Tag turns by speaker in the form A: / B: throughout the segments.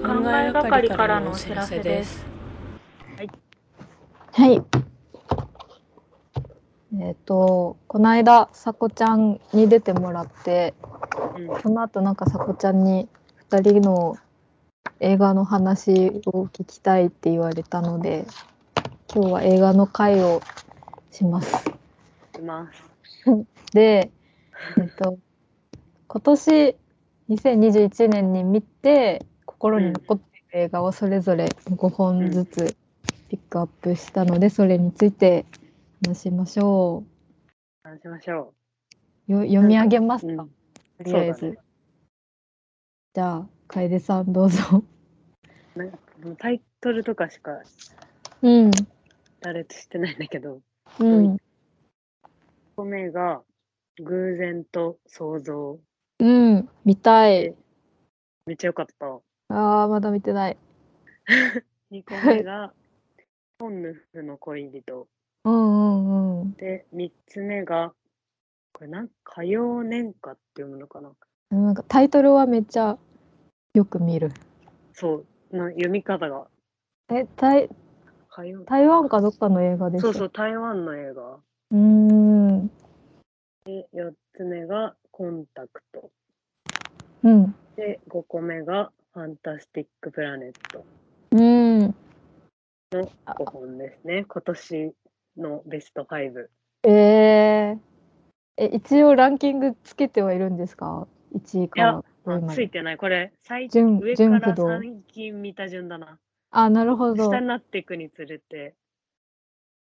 A: 考えがかりからのお知らせです。
B: はい。えっ、と、この間、さこちゃんに出てもらって、
C: うん
B: その後なんかさこちゃんに2人の映画の話を聞きたいって言われたので、今日は映画の回をします。
C: います。
B: で、えっ、と、今年2021年に見て、心に残っている映画をそれぞれ5本ずつピックアップしたので、それについて話しましょ
C: 話しましょ
B: う。よ読み上げます
C: う。
B: か、
C: うん
B: とりあえず。
C: そうだ
B: じゃあ、楓さんどうぞ。
C: なんかもうタイトルとかしか
B: うん。
C: 誰としてないんだけど、
B: うん。
C: 1個目が偶然と想像。
B: うん。見たい。
C: めっちゃ良かった。
B: ああ、まだ見てない。
C: 2個目が ポンヌフの恋人。
B: うんうんうん。
C: で、3つ目が、これなんか、歌謡年歌って読むのかな
B: なんかタイトルはめっちゃよく見る。
C: そう、な読み方が
B: え、台
C: 歌謡。
B: 台湾かどっかの映画です
C: そうそう、台湾の映画。
B: うーん。
C: で、4つ目がコンタクト。
B: うん。
C: で、5個目がファンタスティックプラネット。
B: うん。
C: 5本ですね。今年のベスト5。
B: えええ、一応ランキングつけてはいるんですか ?1 位から
C: あ
B: 5位ま
C: つい
B: で。
C: てない。これ、最
B: 順
C: 上か
B: 順
C: ら
B: 不動
C: 最近見た順だな。
B: あ、なるほど
C: 下。になっていくにつれて、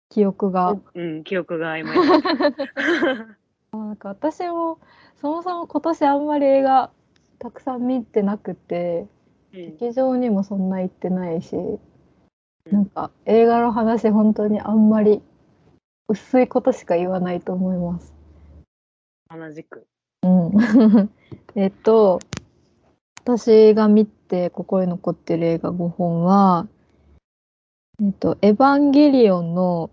B: 記憶が。
C: うん、記憶が曖昧だ。
B: なんか私もそもそも今年あんまり映画たくさん見てなくて、
C: うん
B: 劇場にもそんな行ってないし、なんか映画の話本当にあんまり薄いことしか言わないと思います。
C: 同じく。
B: うん、えっと私が見て心に残ってる映画5本は「えっと、エヴァンゲリオン」の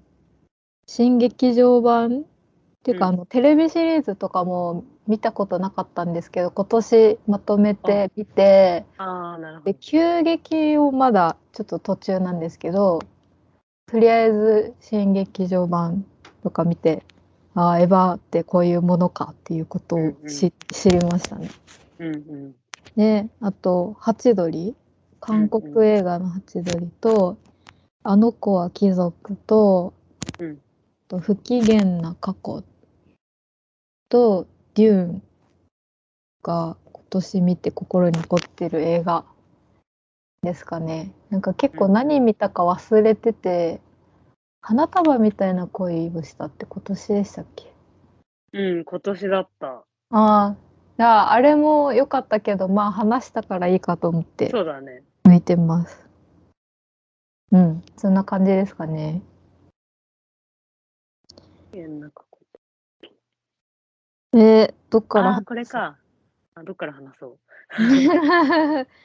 B: 新劇場版っていうか、
C: うん
B: あのテレビシリーズとかも見たことなかったんですけど今年まとめて見て
C: ああ、なるほ
B: で
C: ど。
B: 急激をまだちょっと途中なんですけどとりあえず新劇場版とか見てああエヴァってこういうものかっていうことを知,、知りましたね。
C: うんうん。
B: であと「ハチドリ」韓国映画の「ハチドリ」と「あの子は貴族と」
C: うん
B: と不機嫌な過去」と「デューン」が今年見て心に残ってる映画ですかねなんか結構何見たか忘れてて「花束みたいな恋をした」って今年でしたっけ
C: うん、今年だった。
B: ああじゃああれも良かったけどまあ話したからいいかと思って
C: そうだね。
B: 向いてます。うん、そんな感じですかね。
C: なんかこ
B: えー、どっ
C: う
B: から
C: あーこれか。あどっから話そう
B: 話す。。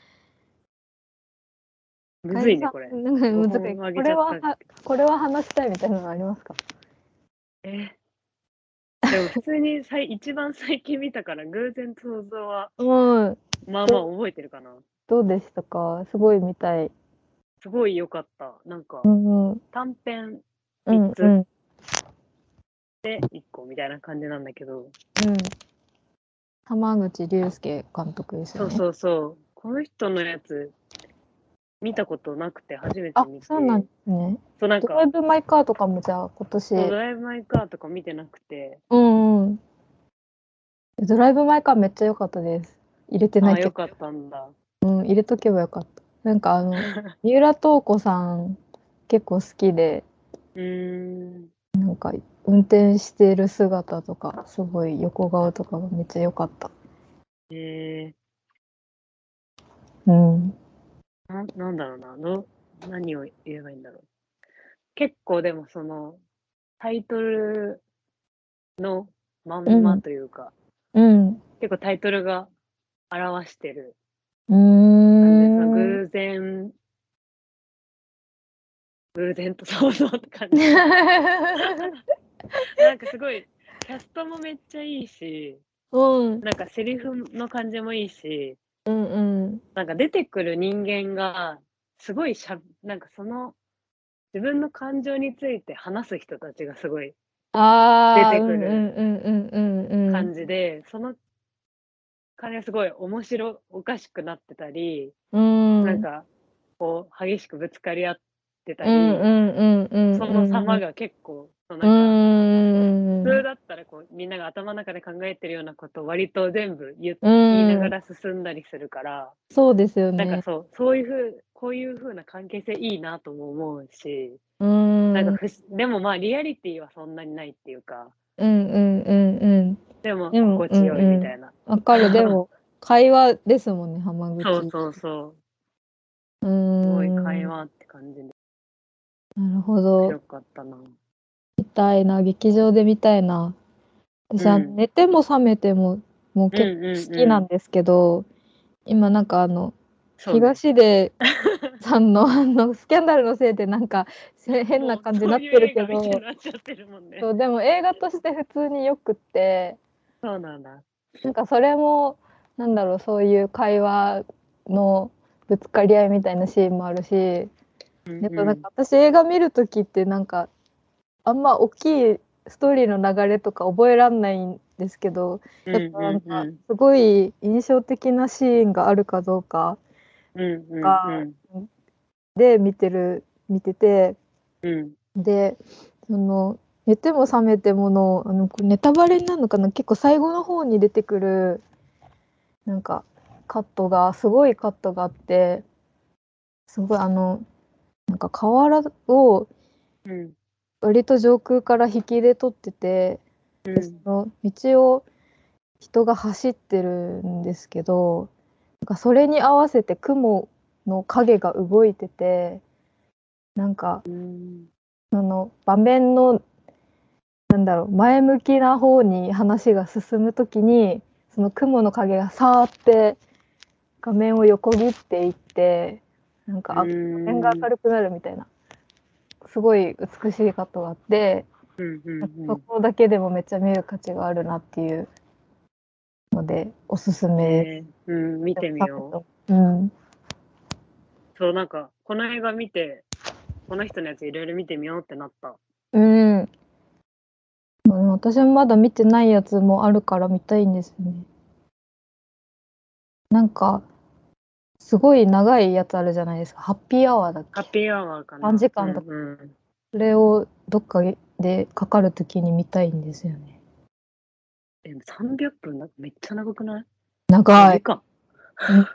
C: むずいね、これ
B: 楓。さんなん か難
C: 僕も上げ
B: しい。こ
C: ち
B: れ
C: ゃ
B: は
C: った
B: はこれは話したいみたいなのありますか？
C: えーでも普通にさい一番最近見たから偶然想像は
B: うん。
C: まあまあ覚えてるかな。
B: どうでしたか？すごいみたい。
C: すごい良かった。なんか
B: うんうん
C: 短編
B: うん
C: 三つ
B: うん。
C: で1個みたいな感じなんだけど、
B: 浜口竜介監督です
C: そ
B: よ
C: う
B: ね。
C: そうそう、この人のやつ見たことなくて初めて
B: あ
C: 見、て、
B: そうなんですね。
C: そうなん
B: ド
C: か
B: ライブマイカーとかもじゃあ今年。
C: そうドライブ・マイ・カーとか見てなくて、
B: うんうん。ドライブ・マイ・カーめっちゃ良かったです。入れて
C: あ
B: ない
C: あ、
B: けど
C: よ。かったんだ。
B: うん、入れとけばよかった。なんかあ の、三浦透子さん結構好きで、
C: うーん、
B: なんか運転している姿とか、すごい横顔とかがめっちゃ良かった。
C: え
B: うん。
C: ー、ななんだろうなど、何を言えばいいんだろう。結構でもその、タイトルのまんまというか、
B: うん。う
C: 結構タイトルが表してる
B: ー
C: なんで
B: ん。
C: 偶然、偶然と想像って 感じ。なんかすごい、キャストもめっちゃいいし、
B: うん。
C: なんかセリフの感じもいいし、
B: うんうん
C: なんか出てくる人間が、すごいしゃ、なんかその、自分の感情について話す人たちがすごい
B: ああ
C: 出てくる
B: うんうんうんうんうんうん
C: 感じで、その彼はすごい面白おかしくなってたり、
B: うん
C: なんかこう激しくぶつかり合ってた
B: う
C: り、
B: んうんうんうんうん
C: その様が結構、そうのなんか
B: ん
C: 普通だったらこうみんなが頭の中で考えてるようなことを割と全部言っ
B: う
C: 言いな
B: ん
C: がら進んだりするから、
B: そうですよ
C: なん
B: ね
C: かそうそういうふうこういうふうな関係性いいなとも思うし、
B: うん
C: なんか不思でもまあリアリティはそんなにないっていうか
B: うんうんうんうん
C: でも
B: でも
C: 心地よいみたいな、
B: わ かるでも会話ですもんね浜口
C: そうそうそう
B: う
C: す
B: ん
C: ごい会話って感じで
B: なるほど
C: よかったな。
B: 見たいな劇場で見たいな私、あの
C: うん
B: 寝ても覚めてももう結
C: うんうんうん
B: 構好きなんですけど、今なんかあの
C: そうね
B: 東 出さんのあのスキャンダルのせいでなんかせ変な感じになってるけ
C: もう
B: ど
C: そういう映画みたいになっちゃってるもんね。
B: そうでも映画として普通によくって
C: そうなんだ。
B: なんかそれもなんだろうそういう会話のぶつかり合いみたいなシーンもあるし
C: うん
B: や
C: う
B: っ
C: ん
B: ぱなんか私映画見る時ってなんかあんま大きいストーリーの流れとか覚えらんないんですけどやっぱなんか
C: うん
B: すごい印象的なシーンがあるかどうか
C: うんうん
B: かで見てる見てて
C: うんうん
B: でその寝ても覚めてものあのこれネタバレになるのかな結構最後の方に出てくるなんかカットがすごいカットがあってすごいあのなんか瓦を
C: うん
B: 割と上空から引きで撮ってて
C: うん
B: その道を人が走ってるんですけどなんかそれに合わせて雲の影が動いててなんか
C: うん
B: その場面のなんだろう前向きな方に話が進む時にその雲の影がさーって画面を横切っていってなんかあ画面が明るくなるみたいなすごい美しいカットがあって。
C: うんうんうん
B: そこだけでもめっちゃ見る価値があるなっていうのでおすすめ
C: ねうん見てみよ
B: う。うん、
C: う。そうなんかこの映画見てこの人のやついろいろ見てみようってなった。
B: うん、私もまだ見てないやつもあるから見たいんですよね。なんかすごい長いやつあるじゃないですかハッピーアワーだっ
C: ハッ
B: け
C: ピーアワーかな。
B: 何時間だ
C: うんうん
B: それをどっかでかかるときに見たいんですよね。
C: え三百分だめっちゃ長くない？
B: 長
C: い
B: い、
C: か。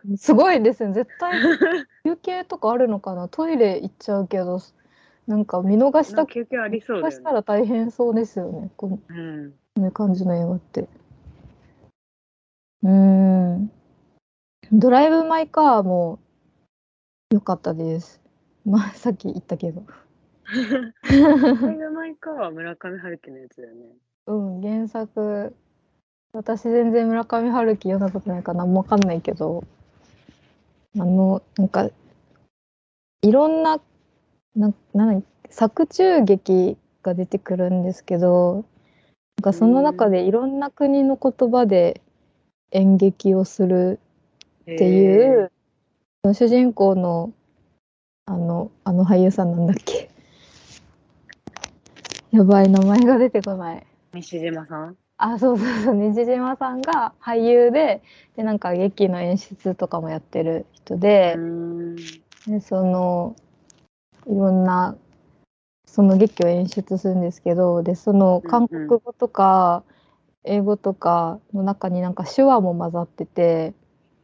B: うんすごいですね絶対休憩とかあるのかなトイレ行っちゃうけどなんか見逃し
C: なんか
B: た
C: 休憩ありそうだ
B: そ
C: よね
B: した。ら大変そうですよね。こん
C: うん
B: こんな感じの映画って。うーん。ドライブ・マイ・カーも良かったです。まあ、さっき言ったけど。
C: ハイブマイカーは村上春樹のやつだよね。
B: うん、原作。私全然村上春樹読んだことないから何もわかんないけど、あの、なんか、いろんな、な、なん作中劇が出てくるんですけど、なんかその中でいろんな国の言葉で演劇をする
C: っ
B: っていう、主人公のあのあの俳優さんなんだっけやばい名前が出てこない
C: 西島さん。
B: あそうそうそう 西島さんが俳優ででなんか劇の演出とかもやってる人で
C: う,、ん。
B: でそのいろんなその劇を演出するんですけどでその
C: うん
B: 韓国語とか英語とかの中になんか手話も混ざってて。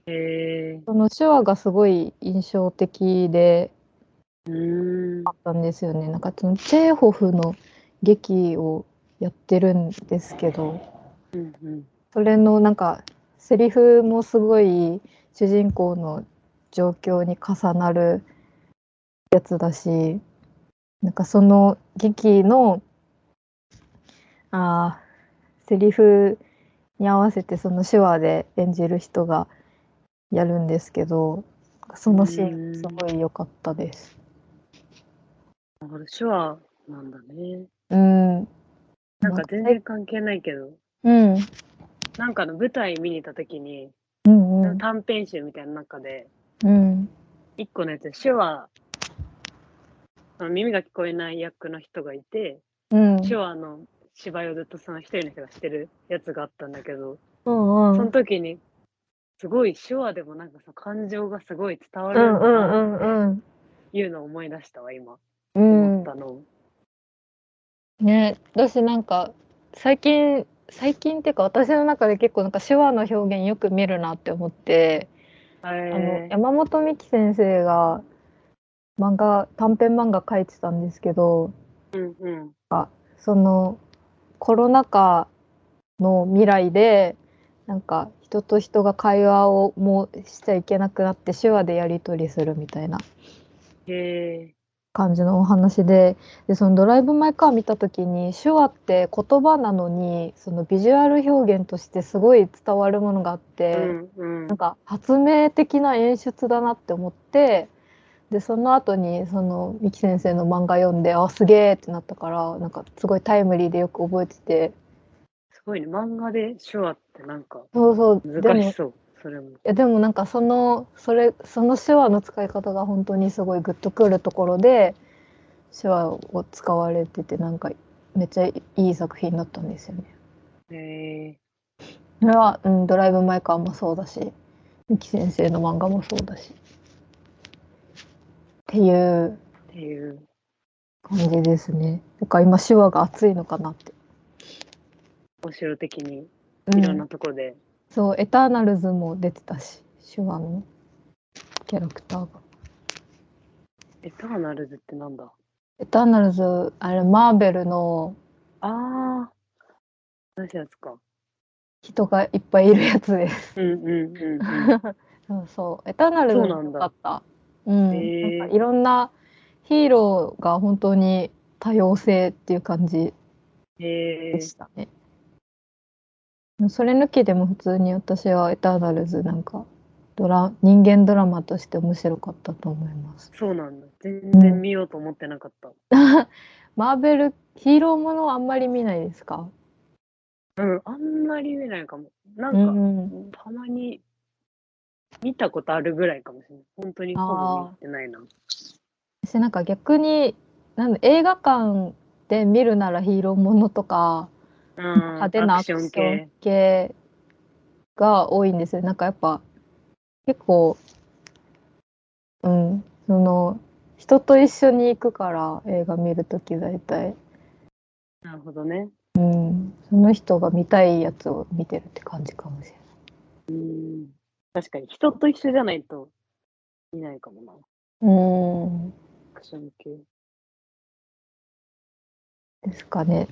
C: え
B: その手話がすごい印象的で
C: ー、うん。
B: あったんですよね。なんかそのチェーホフの劇をやってるんですけど、
C: うんうん
B: それのなんかセリフもすごい主人公の状況に重なるやつだし、なんかその劇のあーセリフに合わせてその手話で演じる人がやるんですけど、そのシーンすごい良かったです。
C: なるほど、手話なんだね。
B: うん、うん、
C: なんか全然関係ないけど、
B: うん、
C: なんかの舞台見に行った時に、
B: うんうん
C: 短編集みたいな中で、
B: うん
C: 一個のやつで手話、あの耳が聞こえない役の人がいて、
B: うん
C: 手話の芝居をずっとその一人の人がしてるやつがあったんだけど、
B: うんうん
C: その時に、すごい手話でもなんかその感情がすごい伝わ
B: う
C: る
B: ん
C: ん
B: う
C: だなん
B: うん
C: いうのを思い出したわ、今。
B: う
C: 思
B: ん
C: っ、たの。
B: ね私なんか最近最近っていうか私の中で結構なんか手話の表現よく見るなって思って、あの
C: えー
B: 山本美希先生が漫画短編漫画書いてたんですけど
C: うんうん。
B: そのコロナ禍の未来でなんか人と人が会話をもうしちゃいけなくなって手話でやり取りするみたいな
C: へえ。
B: 感じのお話ででその「ドライブ・マイ・カー」見た時に手話って言葉なのにそのビジュアル表現としてすごい伝わるものがあって、
C: うんうん。
B: が発明的な演出だなって思ってでその後にその三木先生の漫画読んであすげえってなったからなんかすごいタイムリーでよく覚えてて
C: すごいね。漫画で手話ってなんか
B: そうそうで
C: 難
B: も
C: し
B: い
C: そう。それも。
B: やでもなんかそのそれその手話の使い方が本当にすごいグッとくるところで手話を使われててなんかめっちゃいい作品だったんですよね。
C: へえ。
B: それは、うん、ドライブ・マイ・カーもそうだし三木先生の漫画もそうだしっていう
C: っていう。
B: 感じですね。だから今手話が熱いのかなって。
C: お城的に
B: うん
C: いろんなとこで。
B: そうエターナルズも出てたし手話のキャラクターが。
C: エターナルズってなんだ
B: エターナルズあれマーベルの
C: ああ。何しやつか。
B: 人がいっぱいいるやつです。
C: うんうんうんうん。
B: そうそうエターナルズも良かった。うん
C: へえ
B: なんかいろんなヒーローが本当に多様性っていう感じ
C: へえ
B: で。したね。それ抜きでも普通に私はエターナルズなんかドラ人間ドラマとして面白かったと思います。
C: そうなんだ。全然見ようと思ってなかった。
B: マーベルヒーローものあんまり見ないですか？
C: うん。あんまり見ないかも。なん
B: う
C: か。
B: んうん、
C: たまに見たことあるぐらいかもしれない。本当にほぼ見てないな。
B: 私なんか逆になんだ映画館で見るならヒーローものとか
C: 派
B: 派手なアクション系。が多いんですよ。なんかやっぱ結構うんその人と一緒に行くから映画見るとき大体。
C: なるほどね。
B: うん、その人が見たいやつを見てるって感じかもしれない。
C: うん。確かに人と一緒じゃないと見ないかもな。
B: うん
C: アクション系。
B: ですかね。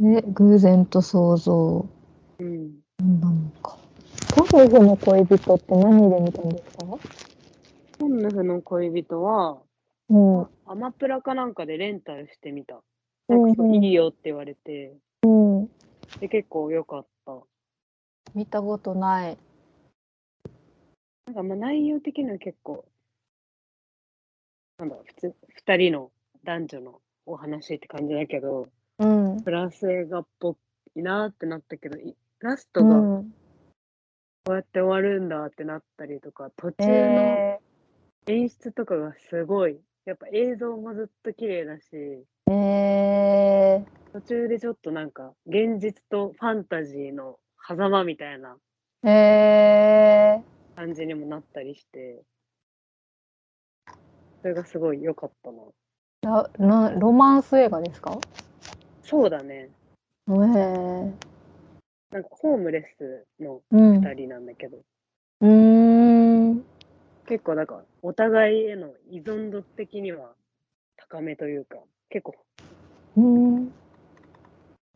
B: ね、偶然と想像。
C: うん。
B: なのか。ポンヌフの恋人って何で見たんですか
C: ポンヌフの恋人は、
B: うん。う
C: アマプラかなんかでレンタルしてみた。
B: うんうん
C: なんかいいよって言われて、
B: ん。
C: で結構良かった。
B: 見たことない。
C: なんかまあ内容的には結構、なんだろう、普通、二人の男女のお話って感じだけど、
B: うん。
C: プラス映画っぽいなってなったけど、いラスト
B: う
C: がこ
B: ん、
C: うやって終わるんだってなったりとか、途中の
B: え
C: 演出とかがすごい、やっぱ映像もずっと綺麗だし、
B: ー、え
C: 途中でちょっとなんか現実とファンタジーの狭間みたいな
B: ー、えー、
C: 感じにもなったりして、それがすごい良かったな。
B: ラロロマンス映画ですか
C: そうだね。
B: えー、
C: なんかホームレスの
B: うん。
C: 二人なんだけど、
B: うーん。
C: 結構なんかお互いへの依存度的には高めというか結構
B: うん。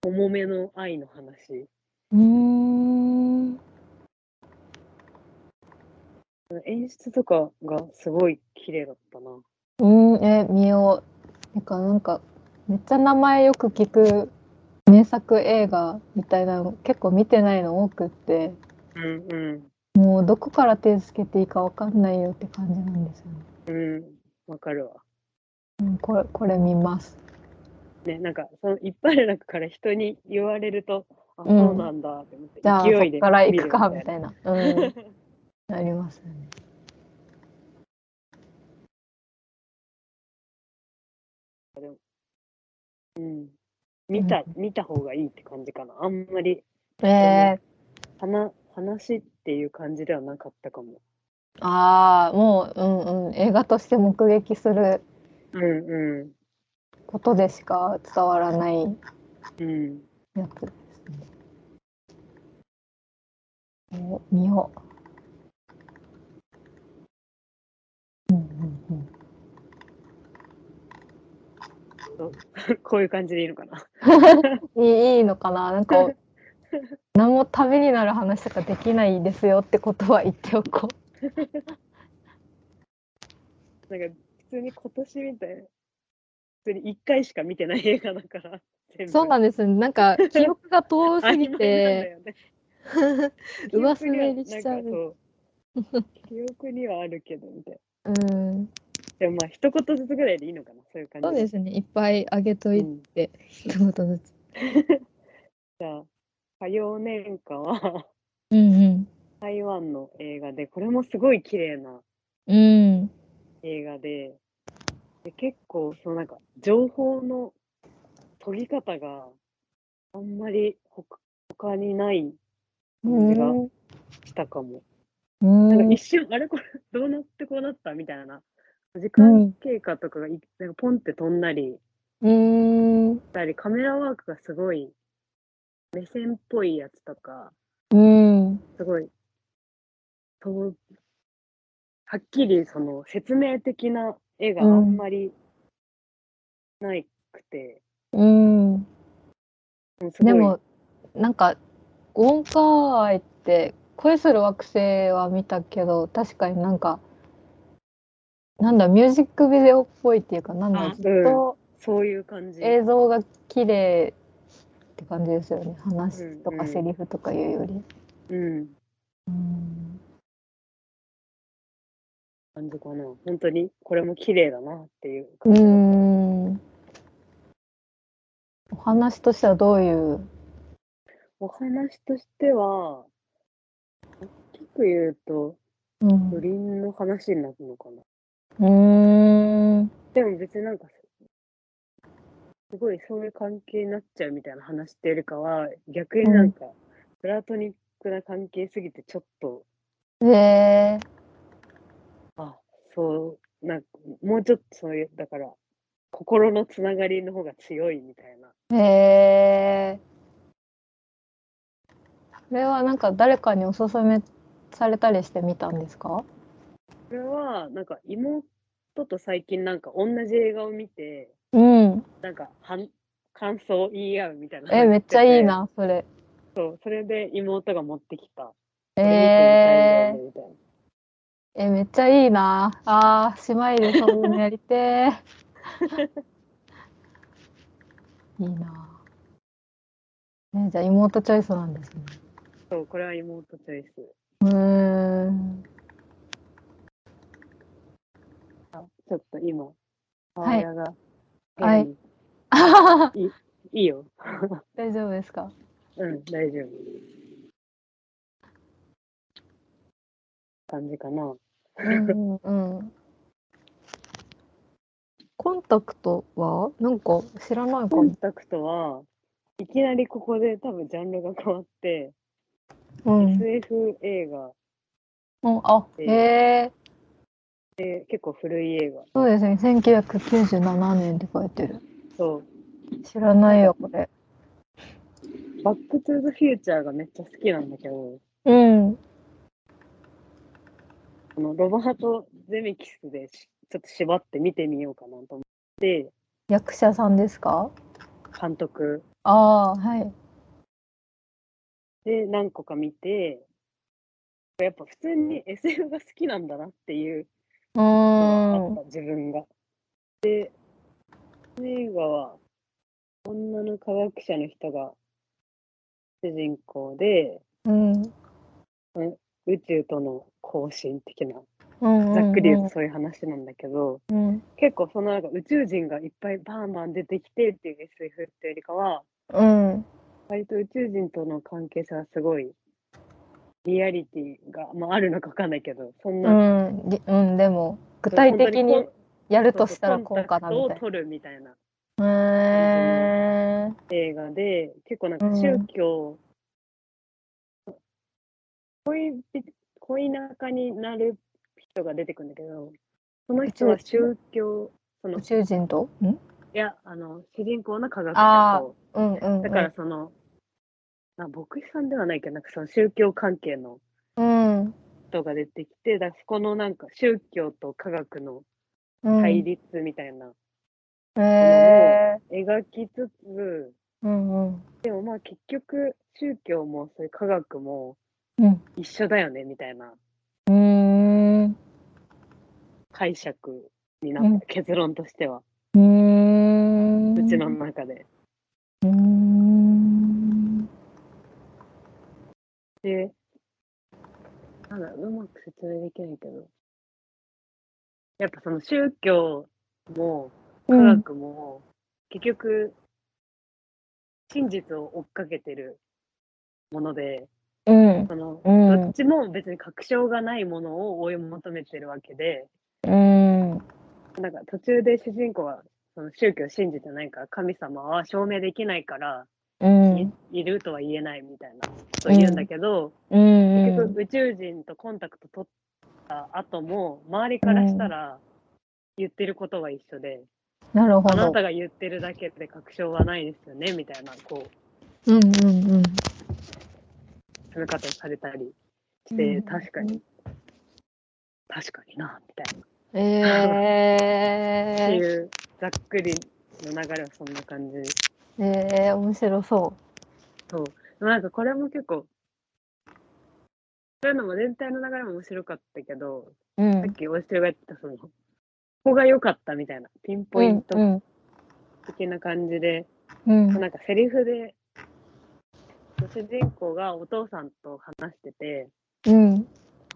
C: 重めの愛の話
B: うーん。
C: 演出とかがすごい綺麗だったな
B: うん、え、見よう。なんか、なんか、めっちゃ名前よく聞く名作映画みたいなの、結構見てないの多くって、
C: うん
B: もうどこから手つけていいかわかんないよって感じなんですよね。
C: うんうんわかるわ
B: うん、これ、これ見ます。
C: ねなんかそのいっぱいある中から人に言われるとあ、
B: うん
C: そうなんだって思って、
B: じゃあそ
C: 勢い
B: っ
C: で
B: から行くか
C: 見る
B: みたいな、うん、なりますよね。
C: うん見た、見た方がいいって感じかな。あんまり
B: え
C: 話話っていう感じではなかったかも。
B: ー、ああもう、うんうん、映画として目撃する
C: うんう
B: ことでしか伝わらない
C: んう
B: や
C: ん。
B: つですね。え見よう。うんうんうん、
C: こういう感じでいいのかな。
B: いいいいのかななんか 何もためになる話とかできないですよってことは言っておこう。
C: なんか普通に今年みたいな。普通に1回しか見てない映画だ から。全部
B: そうなんですねなんか記憶が遠すぎ
C: 曖昧なんだよ
B: て
C: ね
B: 上滑りしちゃう
C: 記憶にはなんかそう 記憶にはあるけどみたいな。
B: うん
C: でもまあ一言ずつぐらいでいいのかな。そういう感じ
B: そうですねいっぱいあげとい
C: うん
B: て、一言ずつ。
C: 火曜年間は
B: うん
C: 台湾の映画で、これもすごい綺麗な
B: うんうん
C: 映画で、で結構そのなんか情報の研ぎ方があんまりほか他にない感じがしたかも。
B: うん
C: なんか一瞬、あれこれどうなってこうなったみたいな。時間経過とかがいなんかポンって飛んだり
B: うん
C: したり、カメラワークがすごい目線っぽいやつとか、
B: うん
C: すごい、とはっきりその説明的な絵があんまりないくて、
B: うん
C: もうすごい
B: でもなんかウォンカーアイって恋する惑星は見たけど確かになんかなんだミュージックビデオっぽいっていうかなん
C: あ
B: だずっと
C: そういう感じ。
B: 映像が綺麗って感じですよね話と
C: うんう
B: か
C: ん
B: セリフとかいうより。
C: うん、
B: うん
C: 感じかな。本当にこれも綺麗だなっていう
B: う
C: 感じ。
B: ーんお話としてはどういう
C: お話としては、大きく言うと、
B: うん
C: 不倫の話になるのかな。
B: うーん
C: でも別になんか、すごいそういう関係になっちゃうみたいな話っていうよりかは、逆になんか、プラトニックな関係すぎて、ちょっと、
B: え
C: あ、そう、なんか、もうちょっとそういう、だから、心のつながりの方が強いみたいな。
B: ー、えー、それはなんか誰かにおすすめされたりしてみたんですか
C: これは、なんか、妹と最近なんか、同じ映画を見て、
B: うん
C: なんか、はん感想を言い合うみたいな。
B: えめっちゃいい。なそれ
C: そう、それで妹が持ってきた。
B: え
C: これ見てみたいんだよねみたいな。
B: ー、えめっちゃいいなあー姉妹でそういうのやりてーいいなあ、ね、じゃあ妹チョイスなんですね
C: そう、これは妹チョイス。
B: うーん
C: ちょっと今、母
B: はい
C: 親が、
B: は
C: 部屋
B: い
C: に。いいよ。
B: 大丈夫ですか
C: うん、大丈夫。感じかな。
B: うんうんうんコンタクトはなんか知らないか
C: コ
B: も
C: ン。タクトは、いきなりここで多分ジャンルが変わって、
B: うん。
C: SF 映画、
B: うん、あ、へえ、
C: え結構古い映画。
B: そうですね。1997年って書いてる。
C: そう、
B: 知らないよ、これ。
C: バックトゥーザフューチャーがめっちゃ好きなんだけど、
B: うん。
C: このロバート・ゼミキスでしちょっと縛って見てみようかなと思って、
B: 役者さんですか
C: 監督
B: ああ、はい。
C: で何個か見て、やっぱ普通に SF が好きなんだなっていう
B: う
C: のがあ
B: ー
C: った、自分が。で、映画は、女の科学者の人が主人公で、
B: ん。うん。
C: 宇宙との交信的な、
B: うん。
C: ざっくり言うとそういう話なんだけど、
B: うん。
C: 結構そのなんか宇宙人がいっぱいバンバン出てきてっていう SF っていうよりかは、
B: うん。
C: 割と宇宙人との関係性はすごい、リアリティが、まあ、あるのかわかんないけど、そん
B: う
C: な、
B: ん、でうん、でも具体的
C: 本当
B: に
C: こ
B: や
C: う
B: るとしたら
C: そう
B: こ
C: そう
B: うかなみ
C: コン
B: た
C: タ
B: い
C: クトを取るみたいな
B: な。へ
C: 映画で、結構なん
B: う
C: か
B: ん
C: 宗教、恋恋仲になる人が出てくるんだけど、その人は
B: 宇宙人
C: 宗教、そ
B: ー
C: の
B: 宇、宙人とん
C: いや、あの、主人公の科学
B: あ
C: 者と、
B: ーうんうんうん。
C: だからその、まあ、牧師さんではないけど、なんかその宗教関係の
B: うん
C: 人が出てきて、だからそこのなんか宗教と科学の
B: うん。
C: 対立みたいな、
B: へ
C: 描きつつ、
B: ーうんうん。
C: でもまあ結局、宗教もそういう科学も
B: うん
C: 一緒だよねみたいな
B: うーん。
C: 解釈になった、
B: うん
C: 結論としては、
B: うーん。
C: うちの中で。
B: うーん。
C: で、なんだ、うまく説明できないけど、やっぱその宗教も、科
B: うん。
C: 学も、結局、真実を追っかけてるもので、
B: うん。
C: その、
B: うん
C: どっちも別に確証がないものを追い求めてるわけで、
B: うん。
C: なんか途中で主人公は、その宗教を信じてないから、神様は証明できないから、
B: うん。
C: いいるとは言えないみたいなことを言うんだけど、
B: う
C: 結
B: ん。
C: 局宇宙人とコンタクト取った後も、周りからしたら、言ってることは一緒で、
B: なるほ
C: あな
B: ど。
C: たが言ってるだけで確証はないですよねみたいなこう
B: うんうんう
C: 詰
B: ん。
C: め方をされたりして、
B: うん
C: 確かに確かになみたいな、って
B: えー、
C: いうざっくりの流れはそんな感じ
B: えー、面白そ
C: そうでもなんかこれも結構そういうのも全体の流れも面白かったけど、
B: う。うん
C: さっき大城が言ってたそのここが良かったみたいなピンポイン
B: う
C: ト
B: ん
C: 的な感じで、
B: うん
C: なんかセリフで主人公がお父さんと話してて、
B: うん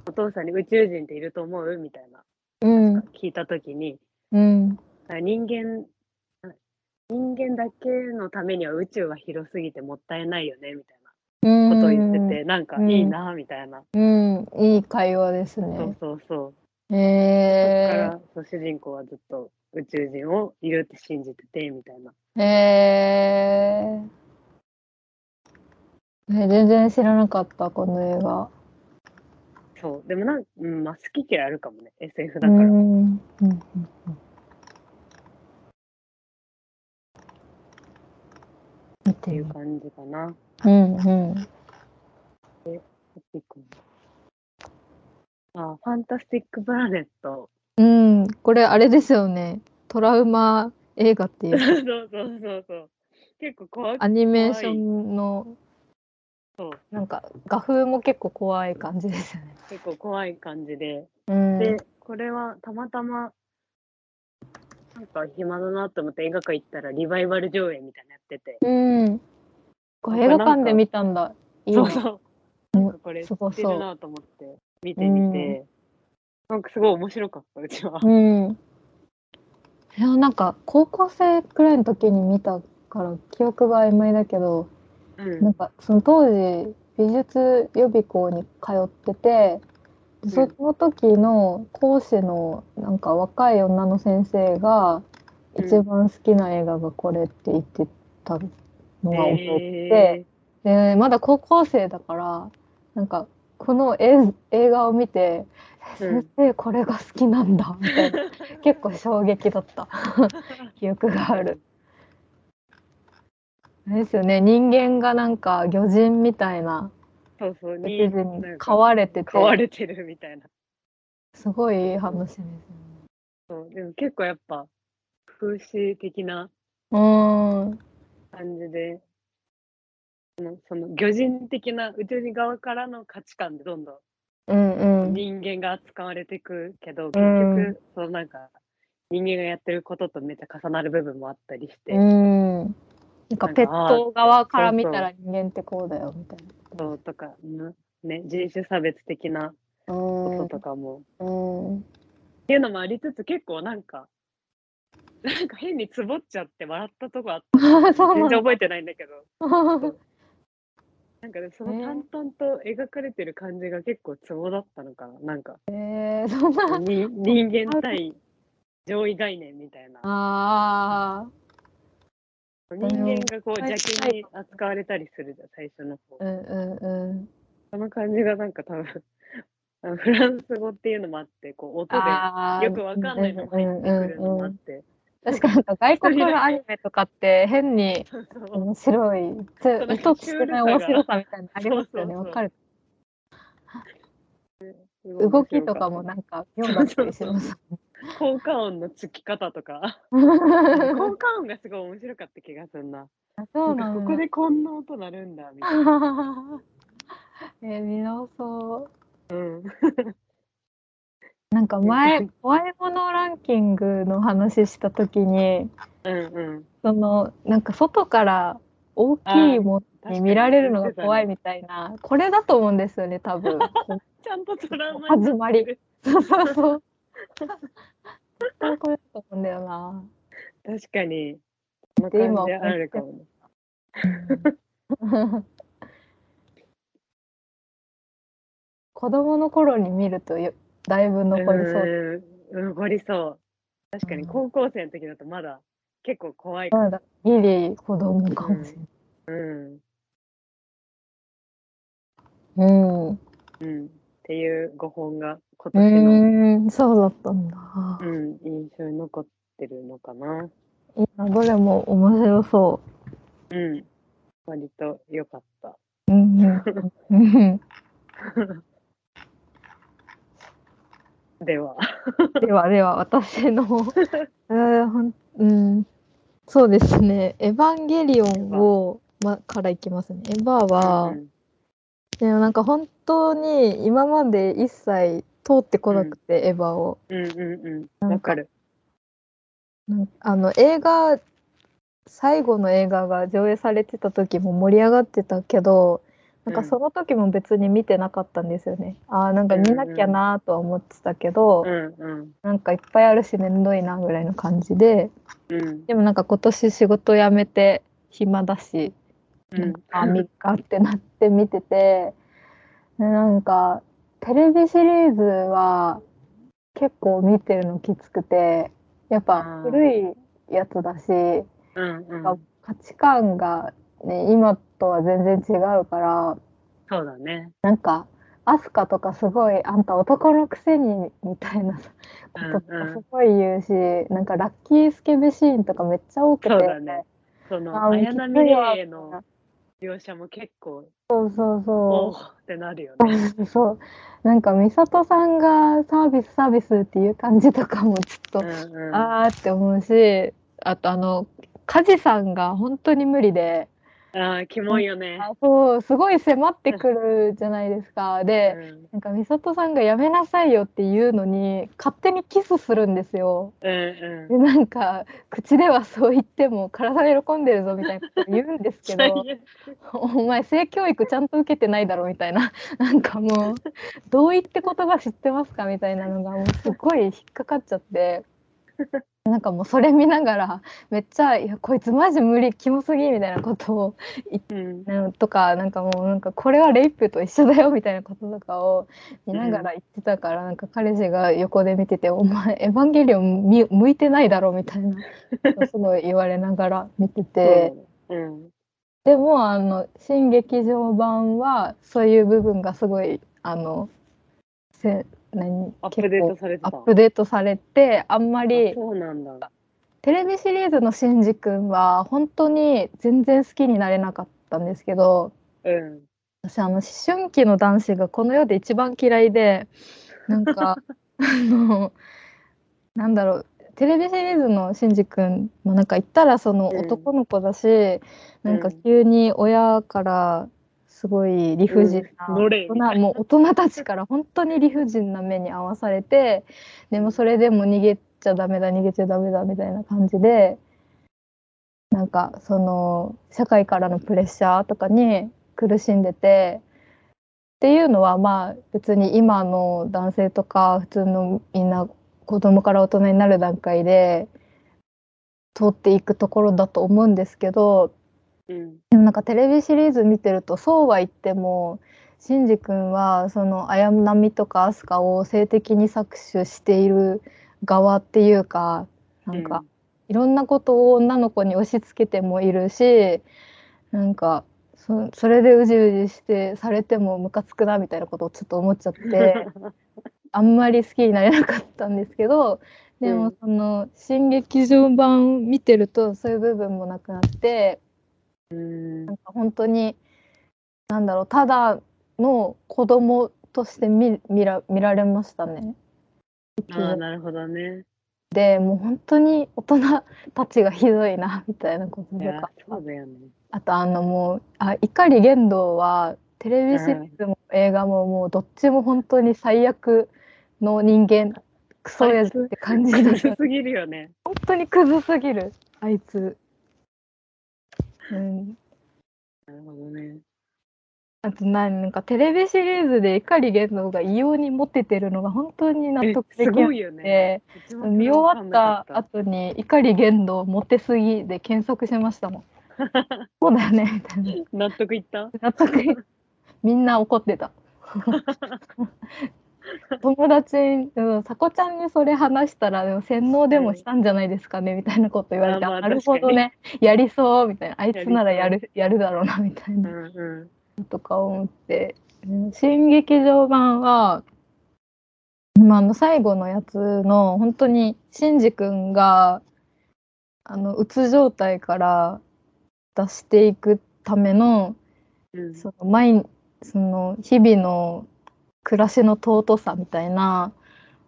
C: お父さんに宇宙人っていると思うみたいな
B: うん
C: 聞いた時に
B: うん
C: あ人間あ人間だけのためには宇宙は広すぎてもったいないよねみたい
B: うん
C: なことを言ってて、なんか
B: うん
C: いいなみたいな、
B: うんいい会話です
C: そう
B: ね
C: そうそう、
B: え
C: そっからそう主人公はずっと宇宙人をいるって信じててみたいな
B: ー、えー、え全然知らなかったこの映画
C: そうでもなん、うんまあ、好き嫌いあるかもね SF だ
B: う
C: から、
B: んうんうん見
C: って
B: て
C: いう
B: る
C: 感じかな
B: うんうん
C: トピックもあファンタスティック・プラネット
B: うんこれあれですよねトラウマ映画ってい
C: そう
B: う
C: そうそうそう結構怖く
B: アニメーションの
C: そう
B: なんか画風も結構怖い感じですよね。
C: 結構怖い感じで、
B: うん、
C: でこれはたまたまなんか暇だなと思って映画館行ったらリバイバル上映みたいなのやってて、
B: うん、これ映
C: なん
B: 画
C: か
B: 館で見たんだ。いい
C: そう
B: な。
C: そうなんかこれ知
B: すご
C: っ
B: い
C: て
B: そう
C: るなと思って見てみて、なんかすごい面白かったうちは、
B: うん。いやなんか高校生くらいの時に見たから記憶が曖昧だけど、
C: うん
B: なんかその当時美術予備校に通ってて、で
C: う
B: そ
C: ん
B: の時の講師のなんか若い女の先生が
C: うん
B: 一番好きな映画がこれって言ってたのが覚えて
C: え
B: でまだ高校生だからなんかこの絵映画を見て「
C: うん
B: 先生これが好きなんだ」み たいな結構衝撃だった 記憶がある。あれですよね人間がなんか魚人みたいな
C: そうそう
B: 宇
C: に
B: 宙人に
C: なん
B: 飼
C: か
B: われてて
C: 飼われてるみたいな
B: すごいいい話ですよね。
C: そうでも結構やっぱ風刺的な
B: うーん
C: 感じで、そのその魚人的な宇宙人側からの価値観でどんど
B: うんうん
C: ん
B: う
C: 人間が扱われていくけど、結
B: うん
C: 局、そのなんか、人間がやってることとめっちゃ重なる部分もあったりして、
B: ーんなんかペット側から見
C: そ
B: た
C: うそ
B: ら人間ってこうだよみたいな。
C: そうとか、うんね、人種差別的な
B: う
C: こと
B: ー
C: とかも、っ
B: んう
C: ていうのもありつつ、結構なんか、なんか変につぼっちゃって笑ったとこあった。
B: ーん そう
C: 全
B: な
C: 然
B: んだ
C: 覚えてないんだけど、なんかでもその淡々と描かれてる感じが結構ツボだったのかな。なんか、
B: えー、そんな。
C: に人間対上位概念みたいな。
B: あ
C: 人間がこう
B: はい
C: 邪険に扱われたりするじゃん、最初の方
B: あ。。うんうんうん。
C: その感じがなんか多分、あのフランス語っていうのもあって、こう音で
B: あー
C: よくわかんないのが入ってくるのもあって。
B: 確かになんか外国のアニメとかって変に
C: そうそう
B: 面白い、つ
C: その
B: 意図してない面白さみたいなのあります
C: そうそう
B: よね、
C: そう
B: わかる。
C: すごい
B: 動
C: 面白
B: きとかもなんか読んだったりします。
C: 効果音のつき方と か効果音がすごい面白かった気がするな。
B: そう
C: な
B: なんん
C: か
B: だ
C: ここでこんな音鳴るんだみたいな。
B: えー、見直そ
C: う
B: う。
C: ん、
B: なんか前、怖いものランキングの話したときに、
C: うん、うん。
B: その、なんか外から大きいものに見られるのが怖いみたいな、これだと思うんですよね、多分。こ
C: ちゃんとトラウマに
B: 始まり。そうそうそう。絶対これだと思うんだよな。
C: 確かに。
B: で
C: 感
B: 今
C: じあるかもね。
B: 子供の頃に見るとよだいぶ残りそう。
C: うん残りそう。確か
B: う
C: に
B: ん
C: 高校生の時だとまだ結構怖い。
B: まだギリ子供かもしれない。
C: うん。
B: うん。
C: うん。っていう5本が今
B: う
C: 年の、
B: ーん、そうだったんだ。
C: うん、印象に残ってるのかな。
B: 今どれも面白そ
C: うん。割と良かった。
B: う。うんうんうん
C: では。
B: ではでは私 の、えーほんうん、そうですね「エヴァンゲリオンを」ま、からいきますね。エヴァは、
C: うん
B: でもなんか本当に今まで一切通ってこなくて、エヴァを。
C: うんうんうん。わかる。
B: なんかあの映画最後の映画が上映されてた時も盛り上がってたけどなん
C: う
B: か
C: ん
B: その時も別に見てなかったんですよね。ああなんか見なきゃなとは思ってたけど、
C: うんうん。
B: なんかいっぱいあるし面倒いなぐらいの感じで
C: うん。
B: でもなんか今年仕事辞めて暇だ し、
C: うん。
B: あ3日ってなって見ててでなんかテレビシリーズは結構見てるのきつくてやっぱ古いやつだし。
C: うんうん。
B: なんか価値観が、ね、今とは全然違うから
C: そうだね。
B: なんかアスカとかすごいあんた男のくせにみたいなさ
C: うん
B: こととか
C: うん
B: すごい言うし、なんかラッキースケベシーンとかめっちゃ多くて
C: そうだねそ
B: あ
C: の、
B: ー
C: 綾波レイの描写も結構、
B: そうそう
C: おお
B: そ
C: ってなるよね。
B: うそうなんか美里さんがサービスサービスっていう感じとかもちょ
C: う
B: っと、
C: んうん。
B: あーって思うしあとあの梶さんが本当に無理で
C: ああ、キモいよね。
B: あそうすごい迫ってくるじゃないですか。で、
C: うん
B: なんか美里さんが「やめなさいよ」って言うのに勝手にキスするんですよ。
C: うんうん。
B: でなんか口ではそう言っても体で喜んでるぞみたいなこと言うんですけ
C: 最
B: ど
C: 悪
B: 「お前性教育ちゃんと受けてないだろ」みたいな なんかもう「どう言って言葉知ってますか?」みたいなのがもうすごい引っかかっちゃって。なんかもうそれ見ながらめっちゃ「いやこいつマジ無理キモすぎ」みたいなことを
C: うん
B: なんとかなんかもうなんかこれはレイプと一緒だよみたいなこととかを見ながら言ってたから、なんか彼氏が横で見てて「お前エヴァンゲリオン見向いてないだろ」みたいなすごい言われながら見てて、
C: うん。
B: でもあの新劇場版はそういう部分がすごいあのせ何
C: アップデート
B: 結構
C: されて
B: ア
C: た。
B: ップデートされてあんま
C: あ
B: り
C: そうなんだ。
B: テレビシリーズのシンジ君は本当に全然好きになれなかったんですけど。
C: うん。
B: 私あの思春期の男子がこの世で一番嫌いでなん かあのなんだろうテレビシリーズのしんじ君もなんか言ったらその
C: うん
B: 男の子だし、なんか
C: うん
B: 急に親からすごい理不尽な、
C: うん乗れ
B: 大人もう大人たちから本当に理不尽な目に遭わされてでもそれでも逃げちゃダメだ逃げちゃダメだみたいな感じでなんかその社会からのプレッシャーとかに苦しんでてっていうのはまあ別に今の男性とか普通のみんな子供から大人になる段階で通っていくところだと思うんですけど
C: うん。
B: でもなんかテレビシリーズ見てるとそうは言ってもシンジ君はその綾波とかアスカを性的に搾取している側っていうかなんかいろんなことを女の子に押し付けてもいるしなんかそそれでうじうじしてされてもムカつくなみたいなことをちょっと思っちゃっ
C: うん、
B: てあんまり好きになれなかったんですけどで
C: う
B: も
C: ん
B: その新劇場版を見てるとそういう部分もなくなって。
C: うん
B: なんか本当になんだろうただの子供として見見ら見られましたね。
C: ああ、なるほどね。
B: でもう本当に大人たちがひどいなみたいなこと
C: い
B: と
C: や
B: か、
C: そうだよね。
B: あとあのもうあ碇玄道はテレビシリーズも映画ももうどっちも本当に最悪の人間クソやじって感じだ
C: 苦
B: けど
C: しすぎるよね。
B: 本当にクズすぎるあいつ。うん
C: なるほどね。
B: あと何なんかテレビシリーズで碇玄道が異様にモテてるのが本当に納得
C: え
B: ですきな
C: ご
B: く
C: いよね。
B: て、
C: 一番それ
B: 見終わっ
C: わかんな
B: た
C: かっ
B: 後に碇玄道モテすぎで検索しましたもん。そうだよねみたいな。
C: た。納得いった
B: 納得いみんな怒ってた。 友達に、うんさこちゃんにそれ話したら、でも洗脳でもしたんじゃないですかね、みたいなこと言われて、
C: あまあ
B: なるほどね、やりそう、みたいな、あいつならやる、やるだろうな、みたいな
C: う。んう
B: とか思ってうん新劇場版はまああの最後のやつの本当にシンジ君があのうつ状態から出していくための
C: ん。うん、
B: その毎その日々の暮らしの尊さみたいな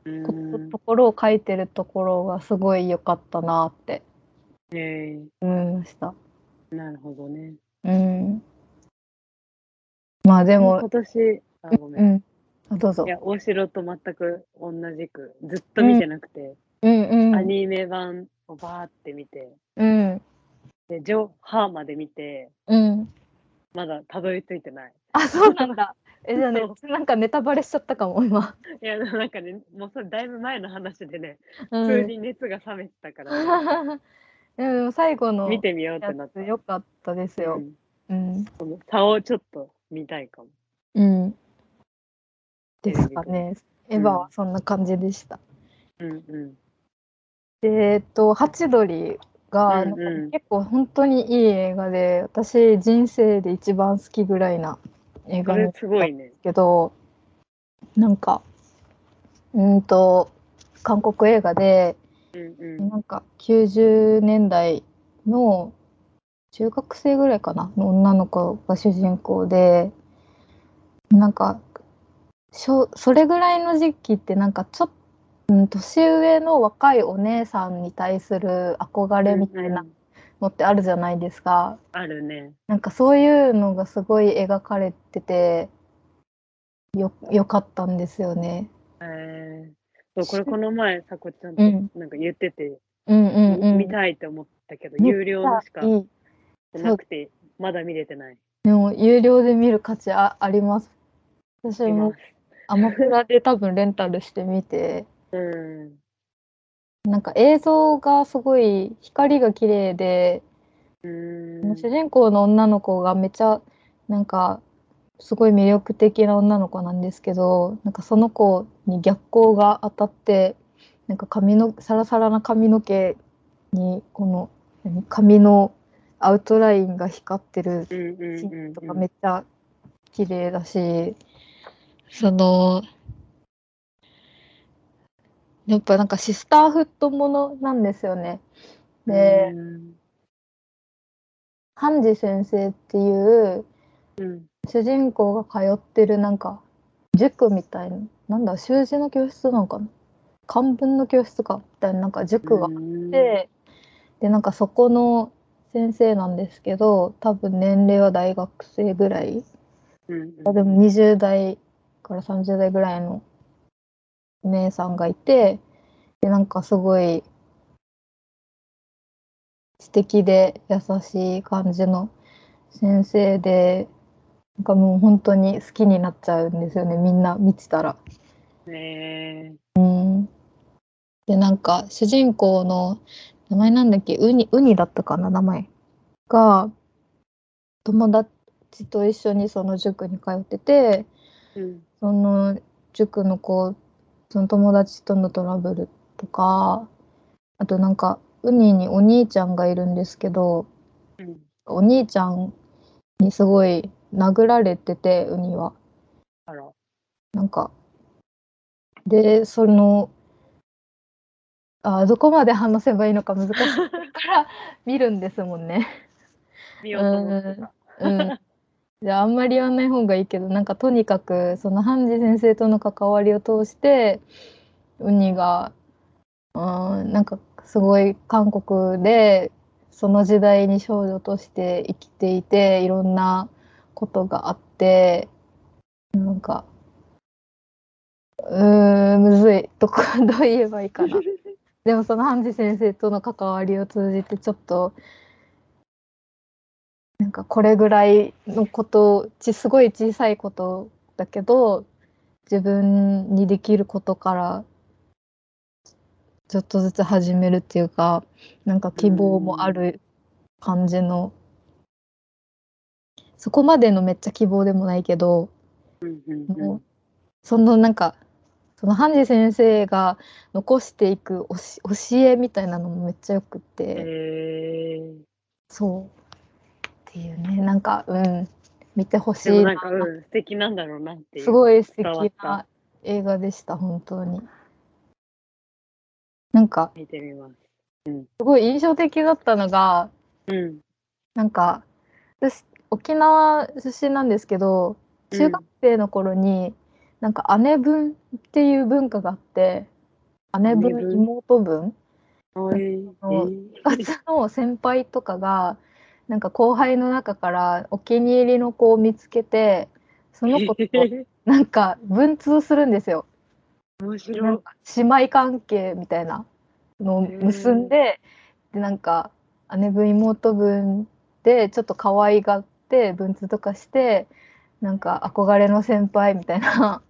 C: うん
B: こと,、ころを書いてるところがすごい良かったなって
C: え
B: 思いました。
C: ーなるほどね。
B: うん、まあでも
C: 今、年、あ、ごめ。
B: うんん、あどうぞ
C: い。や、大城と全く同じく、ずっと見てなくて、
B: うんうん、
C: アニメ版をバーって見て、
B: うん
C: で、ジョハーまで見て、
B: うん。
C: まだたどり着いてない。
B: あ、 そうなんだ。え、じゃあね
C: そ、
B: なんかネタバレしちゃったかも、今。
C: いや、なんかね、もうそれだいぶ前の話でね、
B: う
C: 普通
B: ん。
C: に熱が冷めてたから、
B: でも最後の
C: 見
B: や
C: てみようってなった。
B: つ良かったです
C: う
B: よ。
C: ん
B: うん。
C: この差をちょっと見たいかも。
B: うん。ですかね。エ
C: ん
B: ヴァはそんな感じでした。
C: うんうん。
B: でえっと、ハチドリが、
C: うんうん
B: なんか結構本当にいい映画で、私人生で一番好きぐらいな映
C: そ
B: 画なん
C: れ
B: です
C: ごいね。
B: けど、なんか、うーんと、韓国映画で、
C: うんうん。
B: なんか90年代の中学生ぐらいかなの女の子が主人公でなんかしょそれぐらいの時期ってなんかちょっと、うん、年上の若いお姉さんに対する憧れみたいな
C: うんうん
B: のってあるじゃないですか。
C: あるね。
B: なんかそういうのがすごい描かれててよよかったんですよね。
C: えー、そうこれこの前、さこちゃんと
B: うん
C: なんか言ってて、
B: うんうんうん。
C: 見たいと思ったけど、
B: 見たい
C: 有料のしか
B: いい
C: なくて、まだ見れてない。
B: でも有料で見る価値ああります。私
C: 今
B: もアマプラで多分レンタルしてみて、
C: うん。
B: なんか映像がすごい光が綺麗で、
C: うん。
B: 主人公の女の子がめちゃなんかすごい魅力的な女の子なんですけど、なんかその子に逆光が当たって、なんか髪のサラサラな髪の毛にこの何髪のアウトラインが光ってる
C: うんうん
B: シ
C: うん
B: ー
C: うん
B: ンとかめっちゃ綺麗だし、そのやっぱなんかシスターフットものなんですよね。で、
C: うん
B: ハンジ先生っていう
C: うん
B: 主人公が通ってるなんか塾みたいな、なんだ、習字の教室なのかな漢文の教室かみたいななんか塾がででなんかそこの先生なんですけど多分年齢は大学生ぐらい
C: うんうん
B: あでも20代から30代ぐらいのお姉さんがいてでなんかすごい素敵で優しい感じの先生でなんかもう本当に好きになっちゃうんですよねみんな見てたら。
C: ね
B: うん、でなんか主人公の名前なんだっけウニウニだったかな名前が友達と一緒にその塾に通ってて
C: うん。
B: その塾の子その友達とのトラブルとかあとなんかウニにお兄ちゃんがいるんですけど
C: うん。
B: お兄ちゃんにすごい殴られててウニは。
C: あら。
B: なんかでそのあどこまで話せばいいのか難しいから見るんですもんね。
C: 見ようと思ってた。
B: うん、じゃああんまり言わない方がいいけどなんかとにかくそのハンジ先生との関わりを通してウニがうんなんかすごい韓国でその時代に少女として生きていていろんなことがあってなんかうーんむずいどこどう言えばいいかな。でもそのハンジ先生との関わりを通じてちょっとなんかこれぐらいのことちすごい小さいことだけど自分にできることからちょっとずつ始めるっていうかなんか希望もある感じのそこまでのめっちゃ希望でもないけど
C: うんうん
B: も
C: う
B: うそのなんかそのハンジ先生が残していくおし教えみたいなのもめっちゃよくって。
C: ん。えー。
B: そう。っていうね、なんか、うん、見てほしい
C: でもな
B: な
C: んか、うん、素敵なんだろうなっていう。
B: すごい素
C: 伝わっ
B: 敵な
C: た
B: 映画でした、本当に。なんか、
C: 見てみます。
B: すごい印象的だったのが、
C: うん。
B: なんか、私、沖縄出身なんですけど、中学生の頃に、なんか姉分っていう文化があって、姉分、
C: 姉分
B: 妹分
C: はい。
B: の
C: え
B: 部活の先輩とかがなんか後輩の中からお気に入りの子を見つけてその子と
C: ー
B: なんか文通するんですよ
C: 面白
B: なん
C: い。
B: か姉妹関係みたいなのを結んででなんか姉分妹分でちょっと可愛がって文通とかしてなんか憧れの先輩みたいな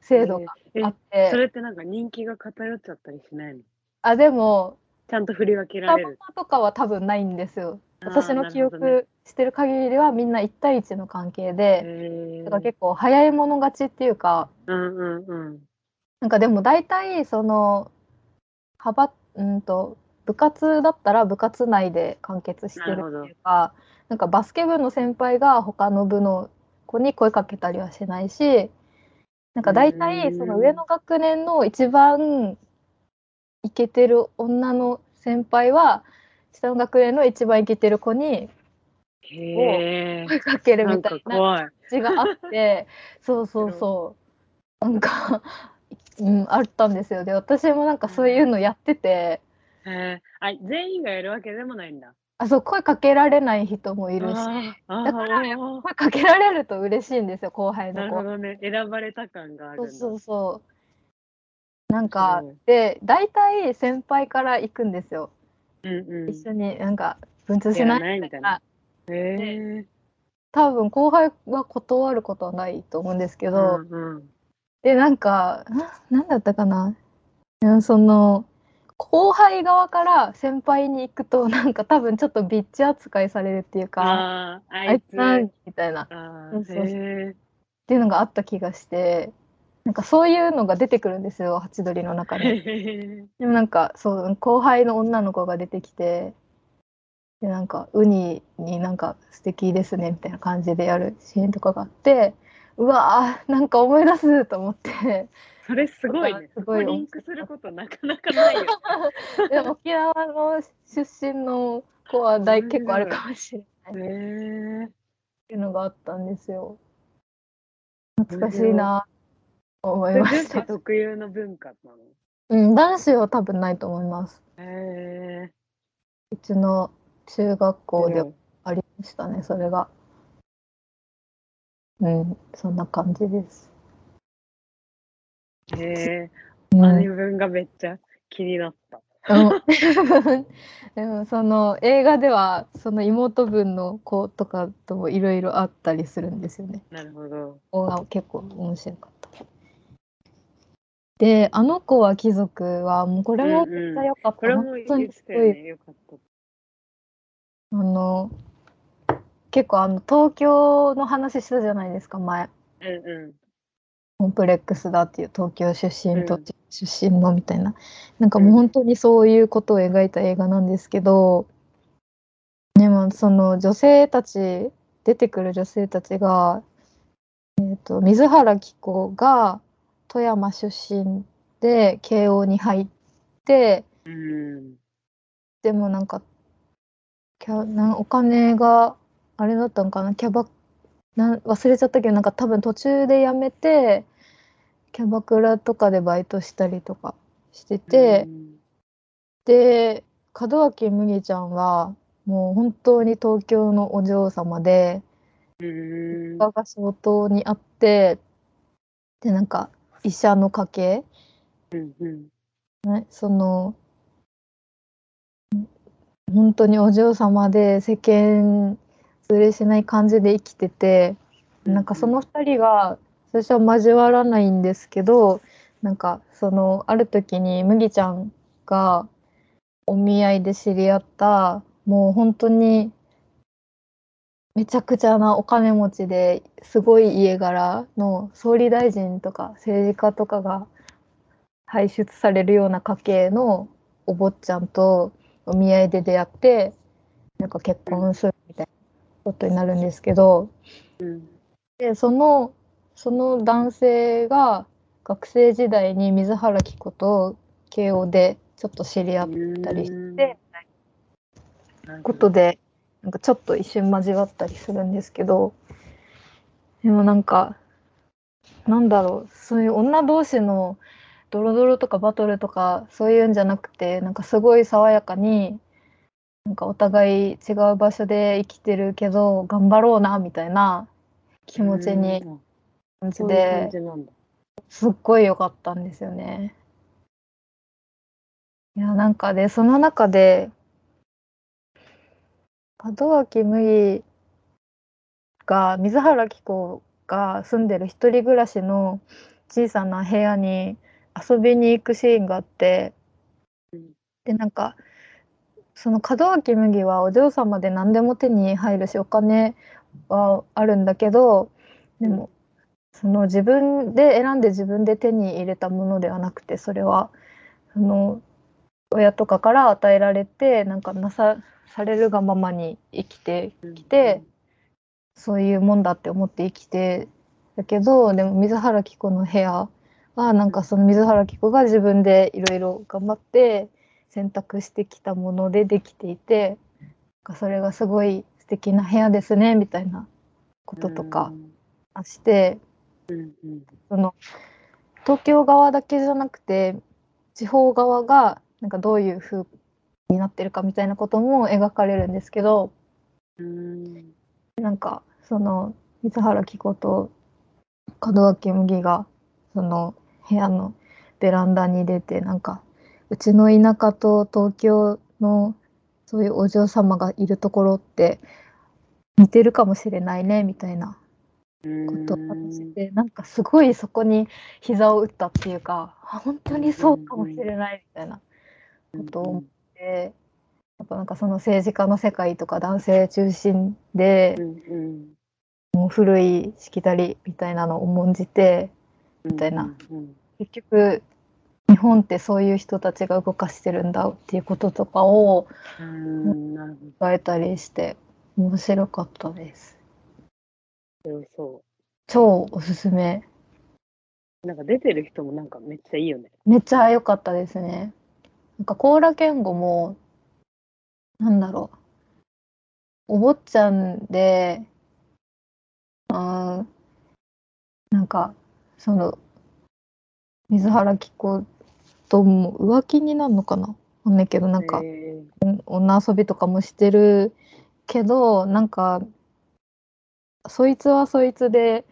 B: 制度が
C: えー
B: あっ
C: え
B: て、
C: それってなんか人気が偏っちゃったりしないの
B: あでも
C: ちゃんと振り分けら
B: 双
C: れる。
B: 子とかは多分ないんですよ
C: あー
B: 私の記
C: なる
B: 憶してる限りはみんな1対1の関係
C: ほど
B: で、
C: ねえ
B: だから結構早い者勝ちっていうか
C: ー、うんうんうん。
B: なんかでも大体その幅うんと部活だったら部活内で完結してるっていうかなんかバスケ部の先輩が他の部の子に声かけたりはしないしなんか大
C: う
B: 体
C: ん
B: その上の学年の一番イケてる女の先輩は下の学年の一番イケてる子に
C: へえ。
B: 声かける
C: な
B: み
C: ん
B: た
C: か
B: いな
C: 怖い。
B: 感じがあって そうそうそうなんか、うん、あったんですよで私もなんかそういうのやってて
C: へーあ全員がやるわけでもないんだ。
B: あそう声かけられない人もいるし
C: ああ
B: だからやっ
C: あ
B: 声かけられると嬉しいんですよ後輩
C: な
B: の
C: るほ
B: 子。
C: どね。選ばれた感がある
B: そ
C: ん
B: う
C: だ。
B: そうそうなんか
C: 面白い
B: で大体先輩から行くんですよ
C: うんうん。
B: 一緒になんか文通し
C: やら
B: ない
C: ないみたいな。へえ。
B: 多分後輩は断ることはないと思うんですけ
C: う
B: ど、
C: んうん。
B: でなんかななんだったかなうんその後輩側から先輩に行くとなんか多分ちょっとビッチ扱いされるっていうか
C: ああ、あ
B: 「あ
C: い
B: い
C: つ。
B: つ何?」みたいなっ
C: あ
B: そう
C: ー
B: そう
C: へえ。
B: ていうのがあった気がしてなんかそういうのが出てくるんですよハチドリの中 に。でもなんかそう後輩の女の子が出てきてでなんかウニになんか素敵ですねみたいな感じでやるシーンとかがあってうわーなんか思い出すと思って。
C: それすごいね。
B: す
C: そ
B: ご
C: こ
B: い
C: リンクすることなかなかない よ。
B: でも沖縄の出身の子は大
C: 面白い
B: 結構あるかもしれないっ
C: へえ。
B: ていうのがあったんですよ。懐かしいなと思
C: そ
B: い
C: れ
B: ま
C: 女
B: し
C: 子
B: た。
C: 特有の文化なの。
B: うん、男子は多分ないと思います。
C: へえ。
B: うちの中学校
C: 面
B: で
C: 白い
B: ありましたね、それが。うん、そんな感じです。
C: へえ。
B: うん
C: あ自分がめっちゃ気になった。
B: うんでもその映画ではその妹分の子とかともいろいろあったりするんですよね。
C: なるほど。
B: 子が結構面白かった。で、あの子は貴族は、もうこれも
C: うんうん
B: めっちゃ良かった。
C: これも言
B: 本当
C: っ
B: に
C: て
B: す
C: た
B: ご
C: よ
B: い、
C: ね。よかった。
B: あの、結構あの東京の話したじゃないですか前
C: うんう
B: コンプレックスだっていう東京出身
C: う
B: と
C: ん
B: 出身のみたいな、なんかもう本当にそういうことを描いた映画なんですけどでもその女性たち出てくる女性たちが、えー、と水原希子が富山出身で慶応に入って
C: ん。うん。
B: でもなんかキャなんお金があれだったのかなキャバなん忘れちゃったけどなんか多分途中で辞めてキャバクラとかでバイトしたりとかしてて、
C: うん
B: で門脇麦ちゃんはもう本当に東京のお嬢様で
C: うん。
B: 画が相当にあってでなんか医者の家系
C: うんうん。
B: ね、そのん本当にお嬢様で世間ずれしない感じで生きててなんかその2人が最初は交わらないんですけどなんかそのある時に麦ちゃんがお見合いで知り合ったもう本当にめちゃくちゃなお金持ちですごい家柄の総理大臣とか政治家とかが輩出されるような家系のお坊ちゃんとお見合いで出会ってなんか結婚するみたいなことになるんですけど
C: うん。
B: でそのその男性が学生時代に水原希子と慶応でちょっと知り合っ
C: った、
B: りしてたことでなんかちょっと一瞬交わったりするんですけどでもなんかなんだろうそういう女同士のドロドロとかバトルとかそういうんじゃなくてなんかすごい爽やかになんかお互い違う場所で生きてるけど頑張ろうなみたいな気持ちに
C: うん。
B: 感じ
C: そういう
B: で
C: 感じなんだ。
B: すっごい良かったんですよね。いやなんかでその中で門脇麦が水原希子が住んでる一人暮らしの小さな部屋に遊びに行くシーンがあって
C: うん
B: でなんかその門脇麦はお嬢様で何でも手に入るしお金はあるんだけどでもその自分で選んで自分で手に入れたものではなくてそれはその親とかから与えられてなんかなさされるがままに生きてきて、そういうもんだって思って生きてだけどでも水原希子の部屋はなんかその水原希子が自分でいろいろ頑張って選択してきたものでできていてなんかそれがすごい素敵な部屋ですねみたいなこととかして。
C: うんうん
B: その東京側だけじゃなくて地方側がなんかどういう風になってるかみたいなことも描かれるんですけど
C: うん
B: なんかその水原希子と門脇麦がその部屋のベランダに出てなんかうちの田舎と東京のそういうお嬢様がいるところって似てるかもしれないねみたいな
C: うん
B: ことを話してなんかすごいそこに膝を打ったっていうかあ本当にそうかもしれないみたいなことを思ってやっぱなんかその政治家の世界とか男性中心で
C: うんうん
B: もう古いしきたりみたいなのを重んじて
C: み
B: たいな
C: うん
B: 結局日本ってそういう人たちが動かしてるんだっていうこととかを
C: うんなるほど
B: 考えたりして面白かったです。
C: 強そ
B: 超おすすめ
C: うなんか出てる人もなんかめっちゃいいよね
B: めっちゃ良かったですね。なんか高良健吾もなんだろうお坊ちゃんでうーんなんかその水原希子とも浮気になるのかなわかんないけどなんか
C: へー
B: 女遊びとかもしてるけどなんかそいつはそいつで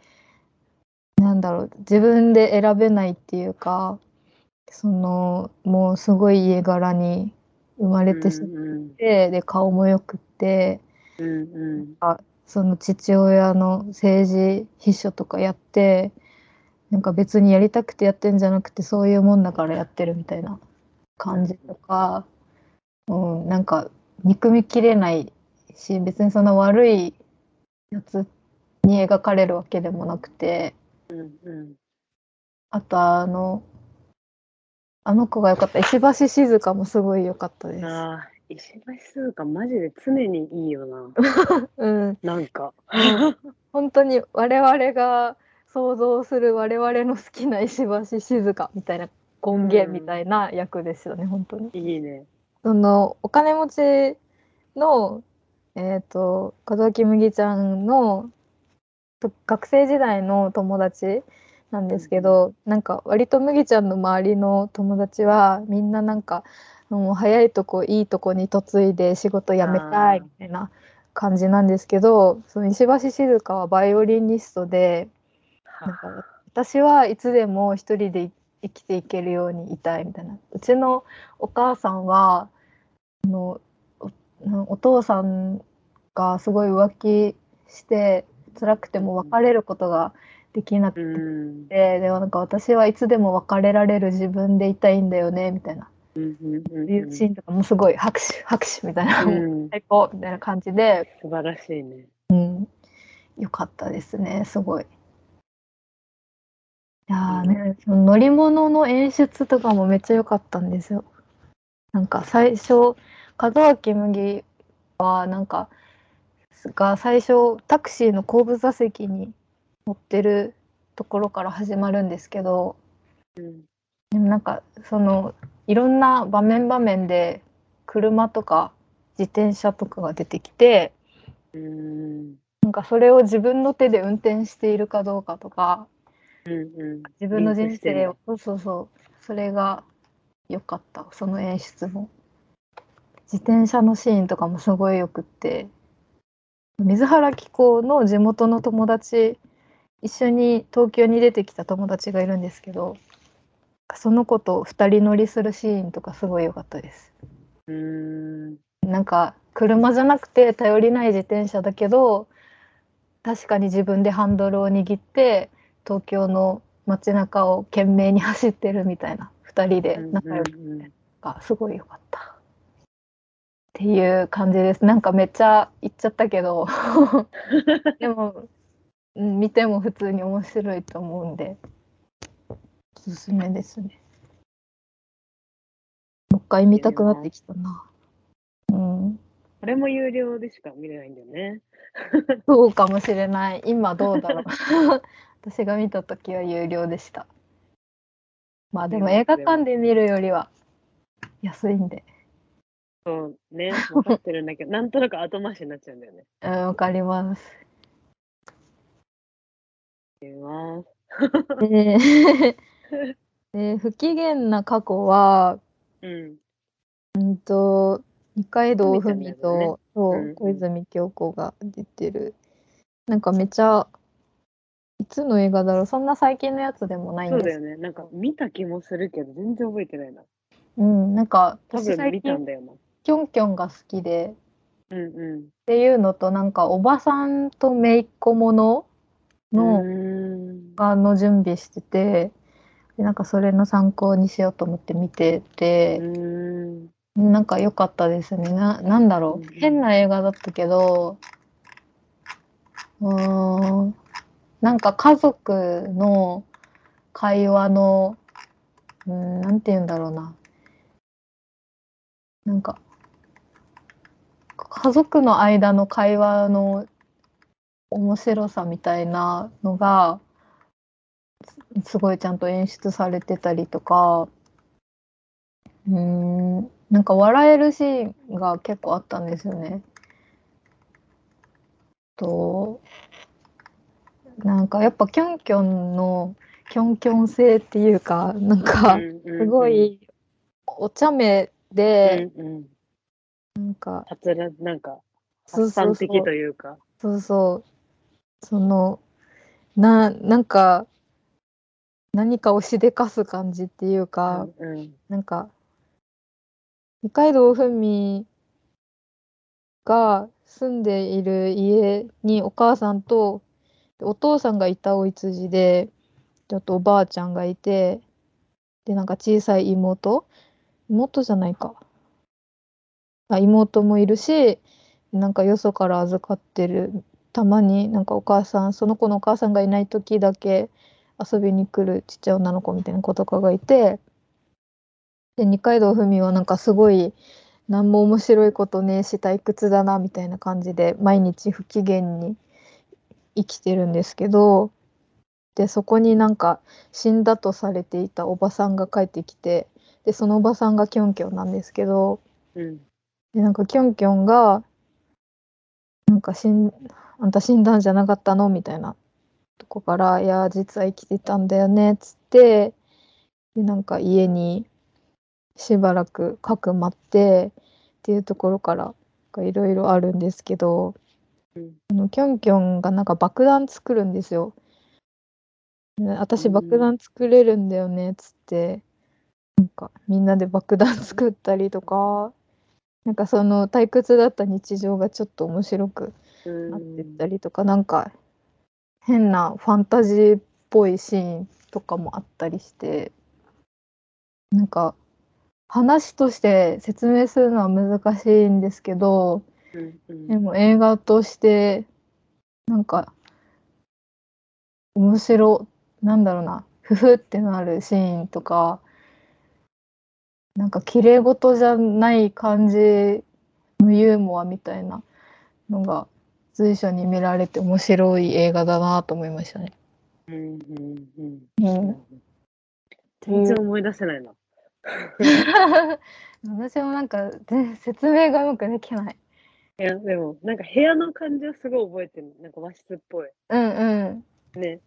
B: なんだろう自分で選べないっていうかそのもうすごい家柄に生まれてしまっ
C: うん
B: て、で顔もよくって
C: うんうん
B: その父親の政治秘書とかやってなんか別にやりたくてやってんじゃなくてそういうもんだからやってるみたいな感じとか、うん、なんか憎みきれないし別にその悪いやつに描かれるわけでもなくて
C: うんうん。
B: あとあのあの子が良かった石橋静香もすごい良かったです。
C: ああ、石橋鈴鹿マジで常にいいよ
B: うん、
C: な。なんか。
B: 本当に我々が想像する我々の好きな石橋静香みたいな権限みたいな役ですよね、本当に。
C: いいね。
B: そのお金持ちの、えー、と門脇麦ちゃんのと学生時代の友達なんですけど、なんか割と麦ちゃんの周りの友達はみんななんかもう早いとこいいとこに嫁いで仕事辞めたい
C: あー
B: みたいな感じなんですけどその石橋静香はバイオリニストで
C: は
B: なんか私はいつでも一人で生きていけるようにいたいみたいなうちのお母さんはあのおお父さんがすごい浮気して辛くても別れることができな
C: う
B: くて、
C: ん。
B: でもなんか私はいつでも別れられる自分でいたいんだよねみたいな、
C: うんうんうん
B: いうシーンとかもすごい拍手拍手みたいな、もう
C: うん。
B: 最高みたいな感じで
C: 素晴らしいね。
B: 良かったですねすごい。いやーね、その乗り物の演出とかもめっちゃ良かったんですよ。なんか最初門脇麦はなんかが最初タクシーの後部座席に乗ってるところから始まるんですけど
C: うん。
B: でもなんかそのいろんな場面場面で車とか自転車とかが出てきて
C: うん。
B: なんかそれを自分の手で運転しているかどうかとか
C: うんうん。
B: 自分の人生
C: リン
B: をそうそうそうそれが良かったその演出も自転車のシーンとかもすごいよくって水原希子の地元の友達一緒に東京に出てきた友達がいるんですけどその子と2人乗りするシーンとかすごい良かったです
C: うん。
B: なんか車じゃなくて頼りない自転車だけど確かに自分でハンドルを握って東京の街中を懸命に走ってるみたいな2人で仲良く
C: うんうん
B: がすごい良かったっていう感じですなんかめっちゃ言っちゃった けどでもうん見ても普通に面白いと思うんでおすすめですねもう一回見たくなってきたなうん
C: これも有料でしか見れないんだよね。
B: そうかもしれない。今どうだ ろう。私が見た時は有料でした。まあでも映画館で見るよりは安いんで。
C: そうね。分かってるんだけど、なんとなく後回しになっちゃうんだよね。
B: うん、わかります。
C: 見ます
B: で で不機嫌な過去は、
C: うん。
B: うんと、二階堂ふみ
C: ふみちゃんだよ
B: と、そう
C: うんうん
B: 小泉京子が出てる。なんかめっちゃ、いつの映画だろうそんな最近のやつでもないん
C: そう
B: です
C: だよね。なんか見た気もするけど、全然覚えてないな。
B: うん、なんか
C: 多
B: 私
C: 分見
B: 最
C: たん
B: 近
C: だよな。
B: キョンキョンが好きで、
C: うんう
B: っていうのとなんかおばさんと姪っ子もの
C: ん。う
B: の
C: ん
B: あの準備しててでなんかそれの参考にしようと思って見て
C: う
B: て、
C: ん。
B: なんか良かったですねななんだろう、
C: うんうん
B: 変な映画だったけどうーんなんか家族の会話のうんなんて言うんだろうななんか家族の間の会話の面白さみたいなのがすすごいちゃんと演出されてたりとかうーんなんか笑えるシーンが結構あったんですよね。となんかやっぱキョンキョンのキョンキョン性っていうかなんかす
C: す
B: ご。いお茶目で、
C: うんうん。
B: なんか
C: はつら、なんか、
B: そう
C: 発
B: そう
C: 散
B: そう
C: 的というか。
B: そうそう。そのななんか何かをしでかす感じっていうか、
C: うんうん
B: なんか二階堂ふみが住んでいる家にお母さんとお父さんがいたおいつじでちょっとおばあちゃんがいてでなんか小さい妹妹じゃないかあ妹もいるしなんかよそから預かってるたまになんかお母さんその子のお母さんがいない時だけ遊びに来るちっちゃい女の子みたいな子とかがいてで二階堂ふみはなんかすごい何も面白いことねえし退屈だなみたいな感じで毎日不機嫌に生きてるんですけどでそこになんか死んだとされていたおばさんが帰ってきてでそのおばさんがキョンキョンなんですけど
C: うん。
B: でなんかキョンキョンがなんか死んあんた死んだんじゃなかったのみたいなとこから「いや実は生きてたんだよね」っつってでなんか家にしばらくかくまってっていうところからいろいろあるんですけど、
C: うん
B: あのキョンキョンがなんか爆弾作るんですよ。ね私
C: うん
B: 爆弾作れるんだよねっつってなんかみんなで爆弾作ったりとかなんかその退屈だった日常がちょっと面白く
C: うん
B: なってったりとか、なんか変なファンタジーっぽいシーンとかもあったりしてなんか話として説明するのは難しいんですけど
C: うんうん
B: でも映画としてなんか面白なんだろうなふふってなるシーンとかなんか綺麗事じゃない感じのユーモアみたいなのが随所に見られて面白い映画だなと思いましたね。
C: うんうんうん
B: うん、
C: 全然思い出せないな。
B: 私もなんか全然説明がうまくできない。
C: いや、でも、なんか部屋の感じはすごい覚えてる。なんか和室っぽい。
B: うんうん
C: ね。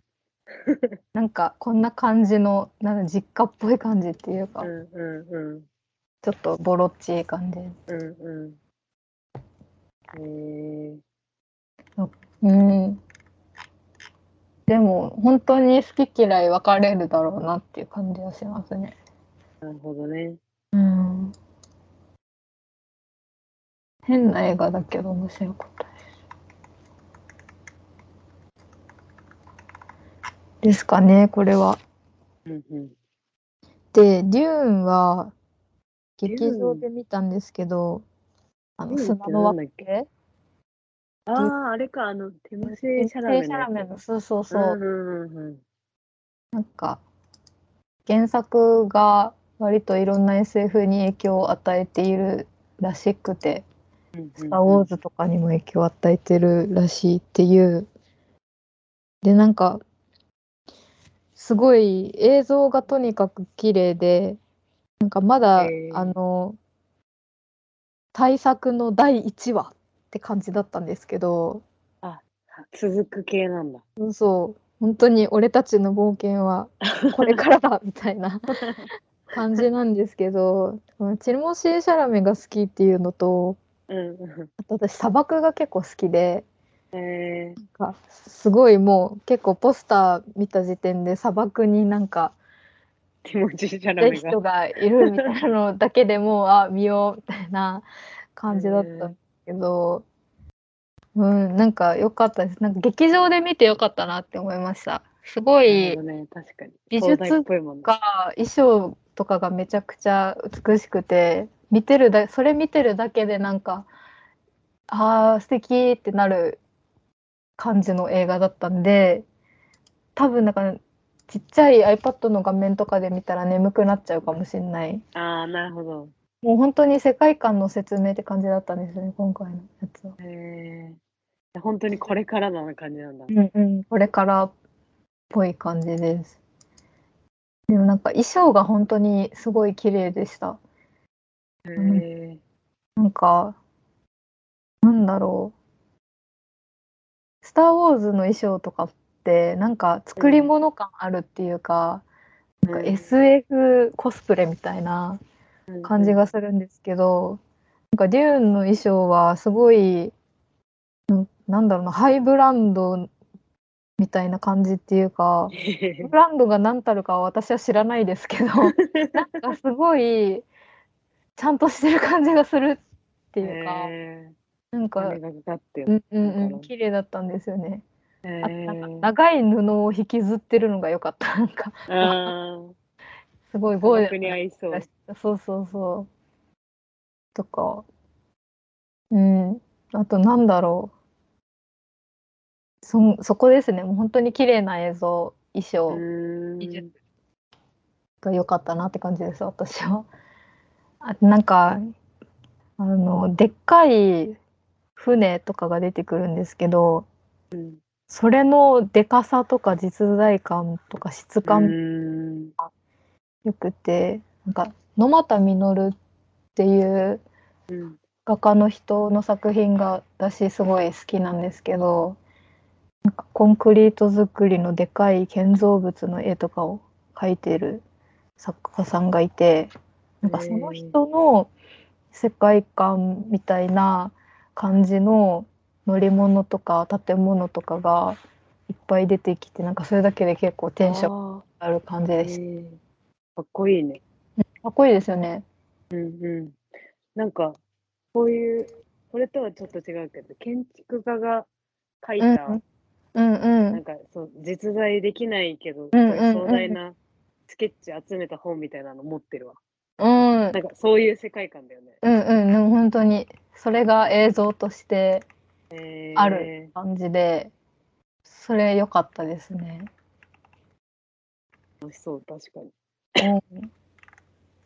B: なんかこんな感じのなんか実家っぽい感じっていう
C: う
B: か、
C: んうんうん。
B: ちょっとボロっちい感じ。
C: うんうん。えー、
B: うん。でも本当に好き嫌い分かれるだろうなっていう感じはしますね。
C: なるほどね。
B: うん。変な映画だけど面白かったです。ですかね、これは。
C: うんうん。
B: で、デューンは劇場
C: デ
B: で見たんですけど、あの
C: デューンっ
B: 砂
C: て
B: の
C: なん
B: 惑
C: だっけ
B: 星
C: ああ、あれか、あの、テムセシャラメ
B: シャラメの、そうそうそう。
C: の。うんうんうん
B: なんか原作が割といろんな SF に影響を与えているらしくて
C: うん。
B: 「スター・ウォーズ」とかにも影響を与えてるらしいっていうでなんかすごい映像がとにかく綺麗でなんかまだ、
C: へー
B: あの大作の第1話って感じだったんですけど
C: 続く系なんだ。
B: そう本当に俺たちの冒険はこれからだみたいな感じなんですけどこのチルモシー・シャラメが好きっていうのと
C: うんう
B: あと私砂漠が結構好きで
C: ん。えー、
B: なんかすごいもう結構ポスター見た時点で砂漠になんか
C: テムセシャ
B: い
C: ラメ
B: る
C: が。
B: 人がいるみたいなのだけでもう あ見ようみたいな感じだったんですけど。うん、なんか良かったです。なんか劇場で見て良かったなって思いました。すご
C: ないるほどね、確かに。
B: 美術
C: 東大っぽいもんね。
B: が衣装とかがめちゃくちゃ美しくて見てるだそれ見てるだけでなんかあー素敵ってなる感じの映画だったんで多分なんかちっちゃい iPad の画面とかで見たら眠くなっちゃうかもしれない
C: ああ、なるほど。
B: もう本当に世界観の説明って感じだったんですよね今回のやつは。
C: えー、本当にこれからな感じなんだ。
B: うんうん、これからっぽい感じです。でもなんか衣装が本当にすごい綺麗でした。
C: えー、
B: なんか、なんだろう。スター・ウォーズの衣装とかって、なんか作り物感あるっていうか、
C: なん
B: なんか SF コスプレみたいな感じがするんですけど、なんかデューンの衣装はすごい、うんなんだろうな、ハイブランドみたいな感じっていうか、ハイブランドが何たるかは私は知らないですけど、なんかすごい、ちゃんとしてる感じがするっていうか。
C: え
B: なん
C: ー、お
B: か
C: 金、がかかって
B: う
C: る。
B: んう
C: だ
B: ん
C: か
B: う
C: ら
B: ん、綺麗だったんですよね。
C: え
B: あとなんか
C: ー、
B: 長い布を引きずってるのが良かった。 なんか
C: あー
B: すごいゴー
C: 僕
B: ジ
C: に合
B: ャ
C: いそう。
B: スな。そうそうそう。とか、うん。あとなんだろそそこですねもう本当に綺麗な映像衣装
C: うん
D: いいじゃん
B: が良かったなって感じです私は。あなんかあのでっかい船とかが出てくるんですけど
C: うん
B: それのでかさとか実在感とか質
C: う
B: 感
C: ん
B: よくて、なんか野俣実っていう
C: うん
B: 画家の人の作品が私すごい好きなんですけどなんかコンクリート作りのでかい建造物の絵とかを描いてる作家さんがいてなんかその人の世界観みたいな感じの乗り物とか建物とかがいっぱい出てきてなんかそれだけで結構テンション
C: あ
B: 上がる感じ
C: ー
B: でした。
C: えーかっこいいね。
B: かっこいいですよね。
C: うんうん。なんか、こういう、それとはちょっと違うけど、建築家が描いた、
B: うんうんう
C: なん
B: ん。
C: かそう、実在できないけど、
B: うんうんうん
C: 壮大なスケッチ集めた本みたいなの持ってるわ。
B: うん
C: なんか、そういう世界観だよね。
B: うんうん、でも本当にそれが映像として
C: えー
B: ある感じで、それ良かったですね。
C: 楽しそう、確かに。
B: うん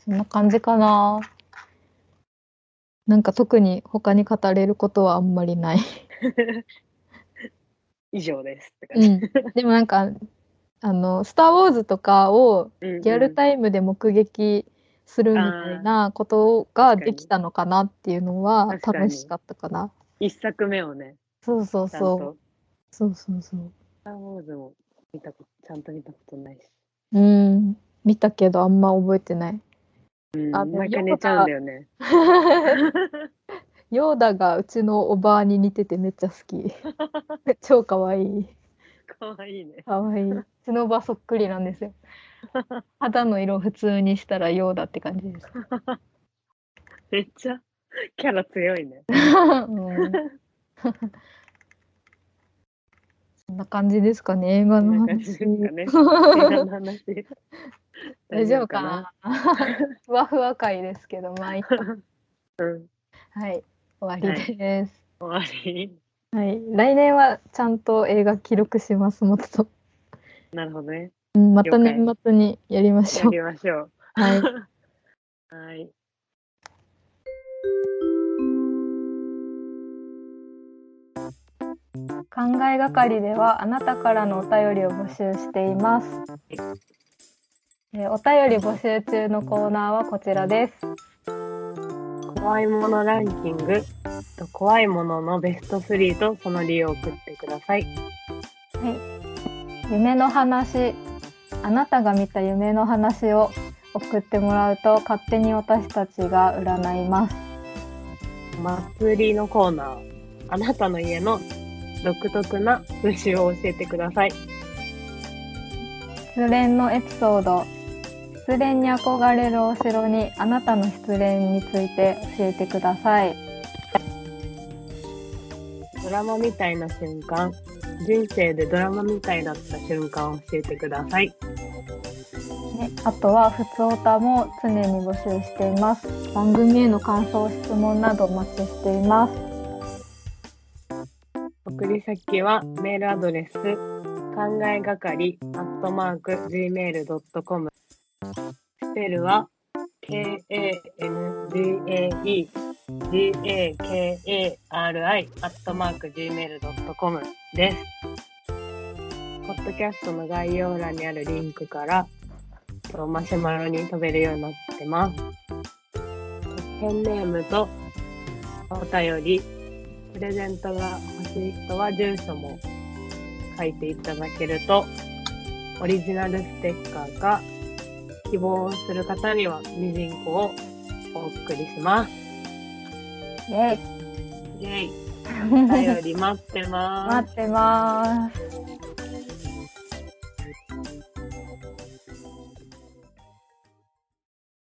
B: そんな感じかな。なんか特に他に語れることはあんまりない。
C: 以上ですって感
B: う
C: じ。
B: ん、でもなんかあの「スター・ウォーズ」とかを
C: うんうん
B: リアルタイムで目撃するみたいなこと
C: あ
B: が
C: ー
B: できたのかなっていうのは
C: 確かに
B: 楽しかったかな。
C: 一作目をね、
B: そうそう
C: ちゃんと。
B: そう。そうそうそう。
C: スター・ウォーズも見たこと、ちゃんと見たことないし。
B: うん、見たけどあんま覚えてない。
C: うん、
B: あ
C: 毎
B: の
C: 回寝ちゃうんだよね。
B: ヨーダがうちのおばあに似ててめっちゃ好 き。超可愛い。
C: かわいいね。
B: 可愛い。うちのおばそっくりなんですよ。肌の色普通にしたらヨーダって感じです。
C: めっちゃキャラ強いね。
B: うん、そんな感じですかね。映画
C: こ
B: の
C: んな感じ
B: 話。
C: ですか ね。映画の話
B: 大丈夫 かな。 ふわふわ回ですけど、まあいいかはい、終わりです。
C: 終わり。
B: はい、来年はちゃんと映画記録します。もっと。
C: なるほどね。
B: うんまた
C: 了解
B: 年末にやりまし
C: や
B: ょう。
C: りましょ
B: はい。
C: う。はい。
B: 考えがかりではあなたからのお便りを募集しています、えーお便り募集中のコーナーはこちらです
C: 怖いものランキング。えっと怖いもののベスト3とその理由を送ってください。
B: 夢の話あなたが見た夢の話を送ってもらうと勝手に私たちが占います
C: 祭りのコーナー。あなたの家の独特な風習を教えてください。
B: 失恋のエピソード失恋に憧れるお城にあなたの失恋について教えてください
C: ドラマみたいな瞬間。人生でドラマみたいだった瞬間を教えてください。
B: ね、あとはふつおたも常に募集しています番組への感想質問などお待ちしています
C: 送り先はメールアドレス考えがかりアットマーク gmail.com スペルは k-a-n-g-a-e g-a-k-a-r-i アットマーク gmail.com です。ポッドキャストの概要欄にあるリンクからとマシュマロに飛べるようになってます。ペンネームとお便りプレゼントが欲しい人は住所も書いていただけると、オリジナルステッカーか、希望する方にはミジンコをお送りします。
B: イエイ
C: イェイ。お便り待ってま
B: 待ってます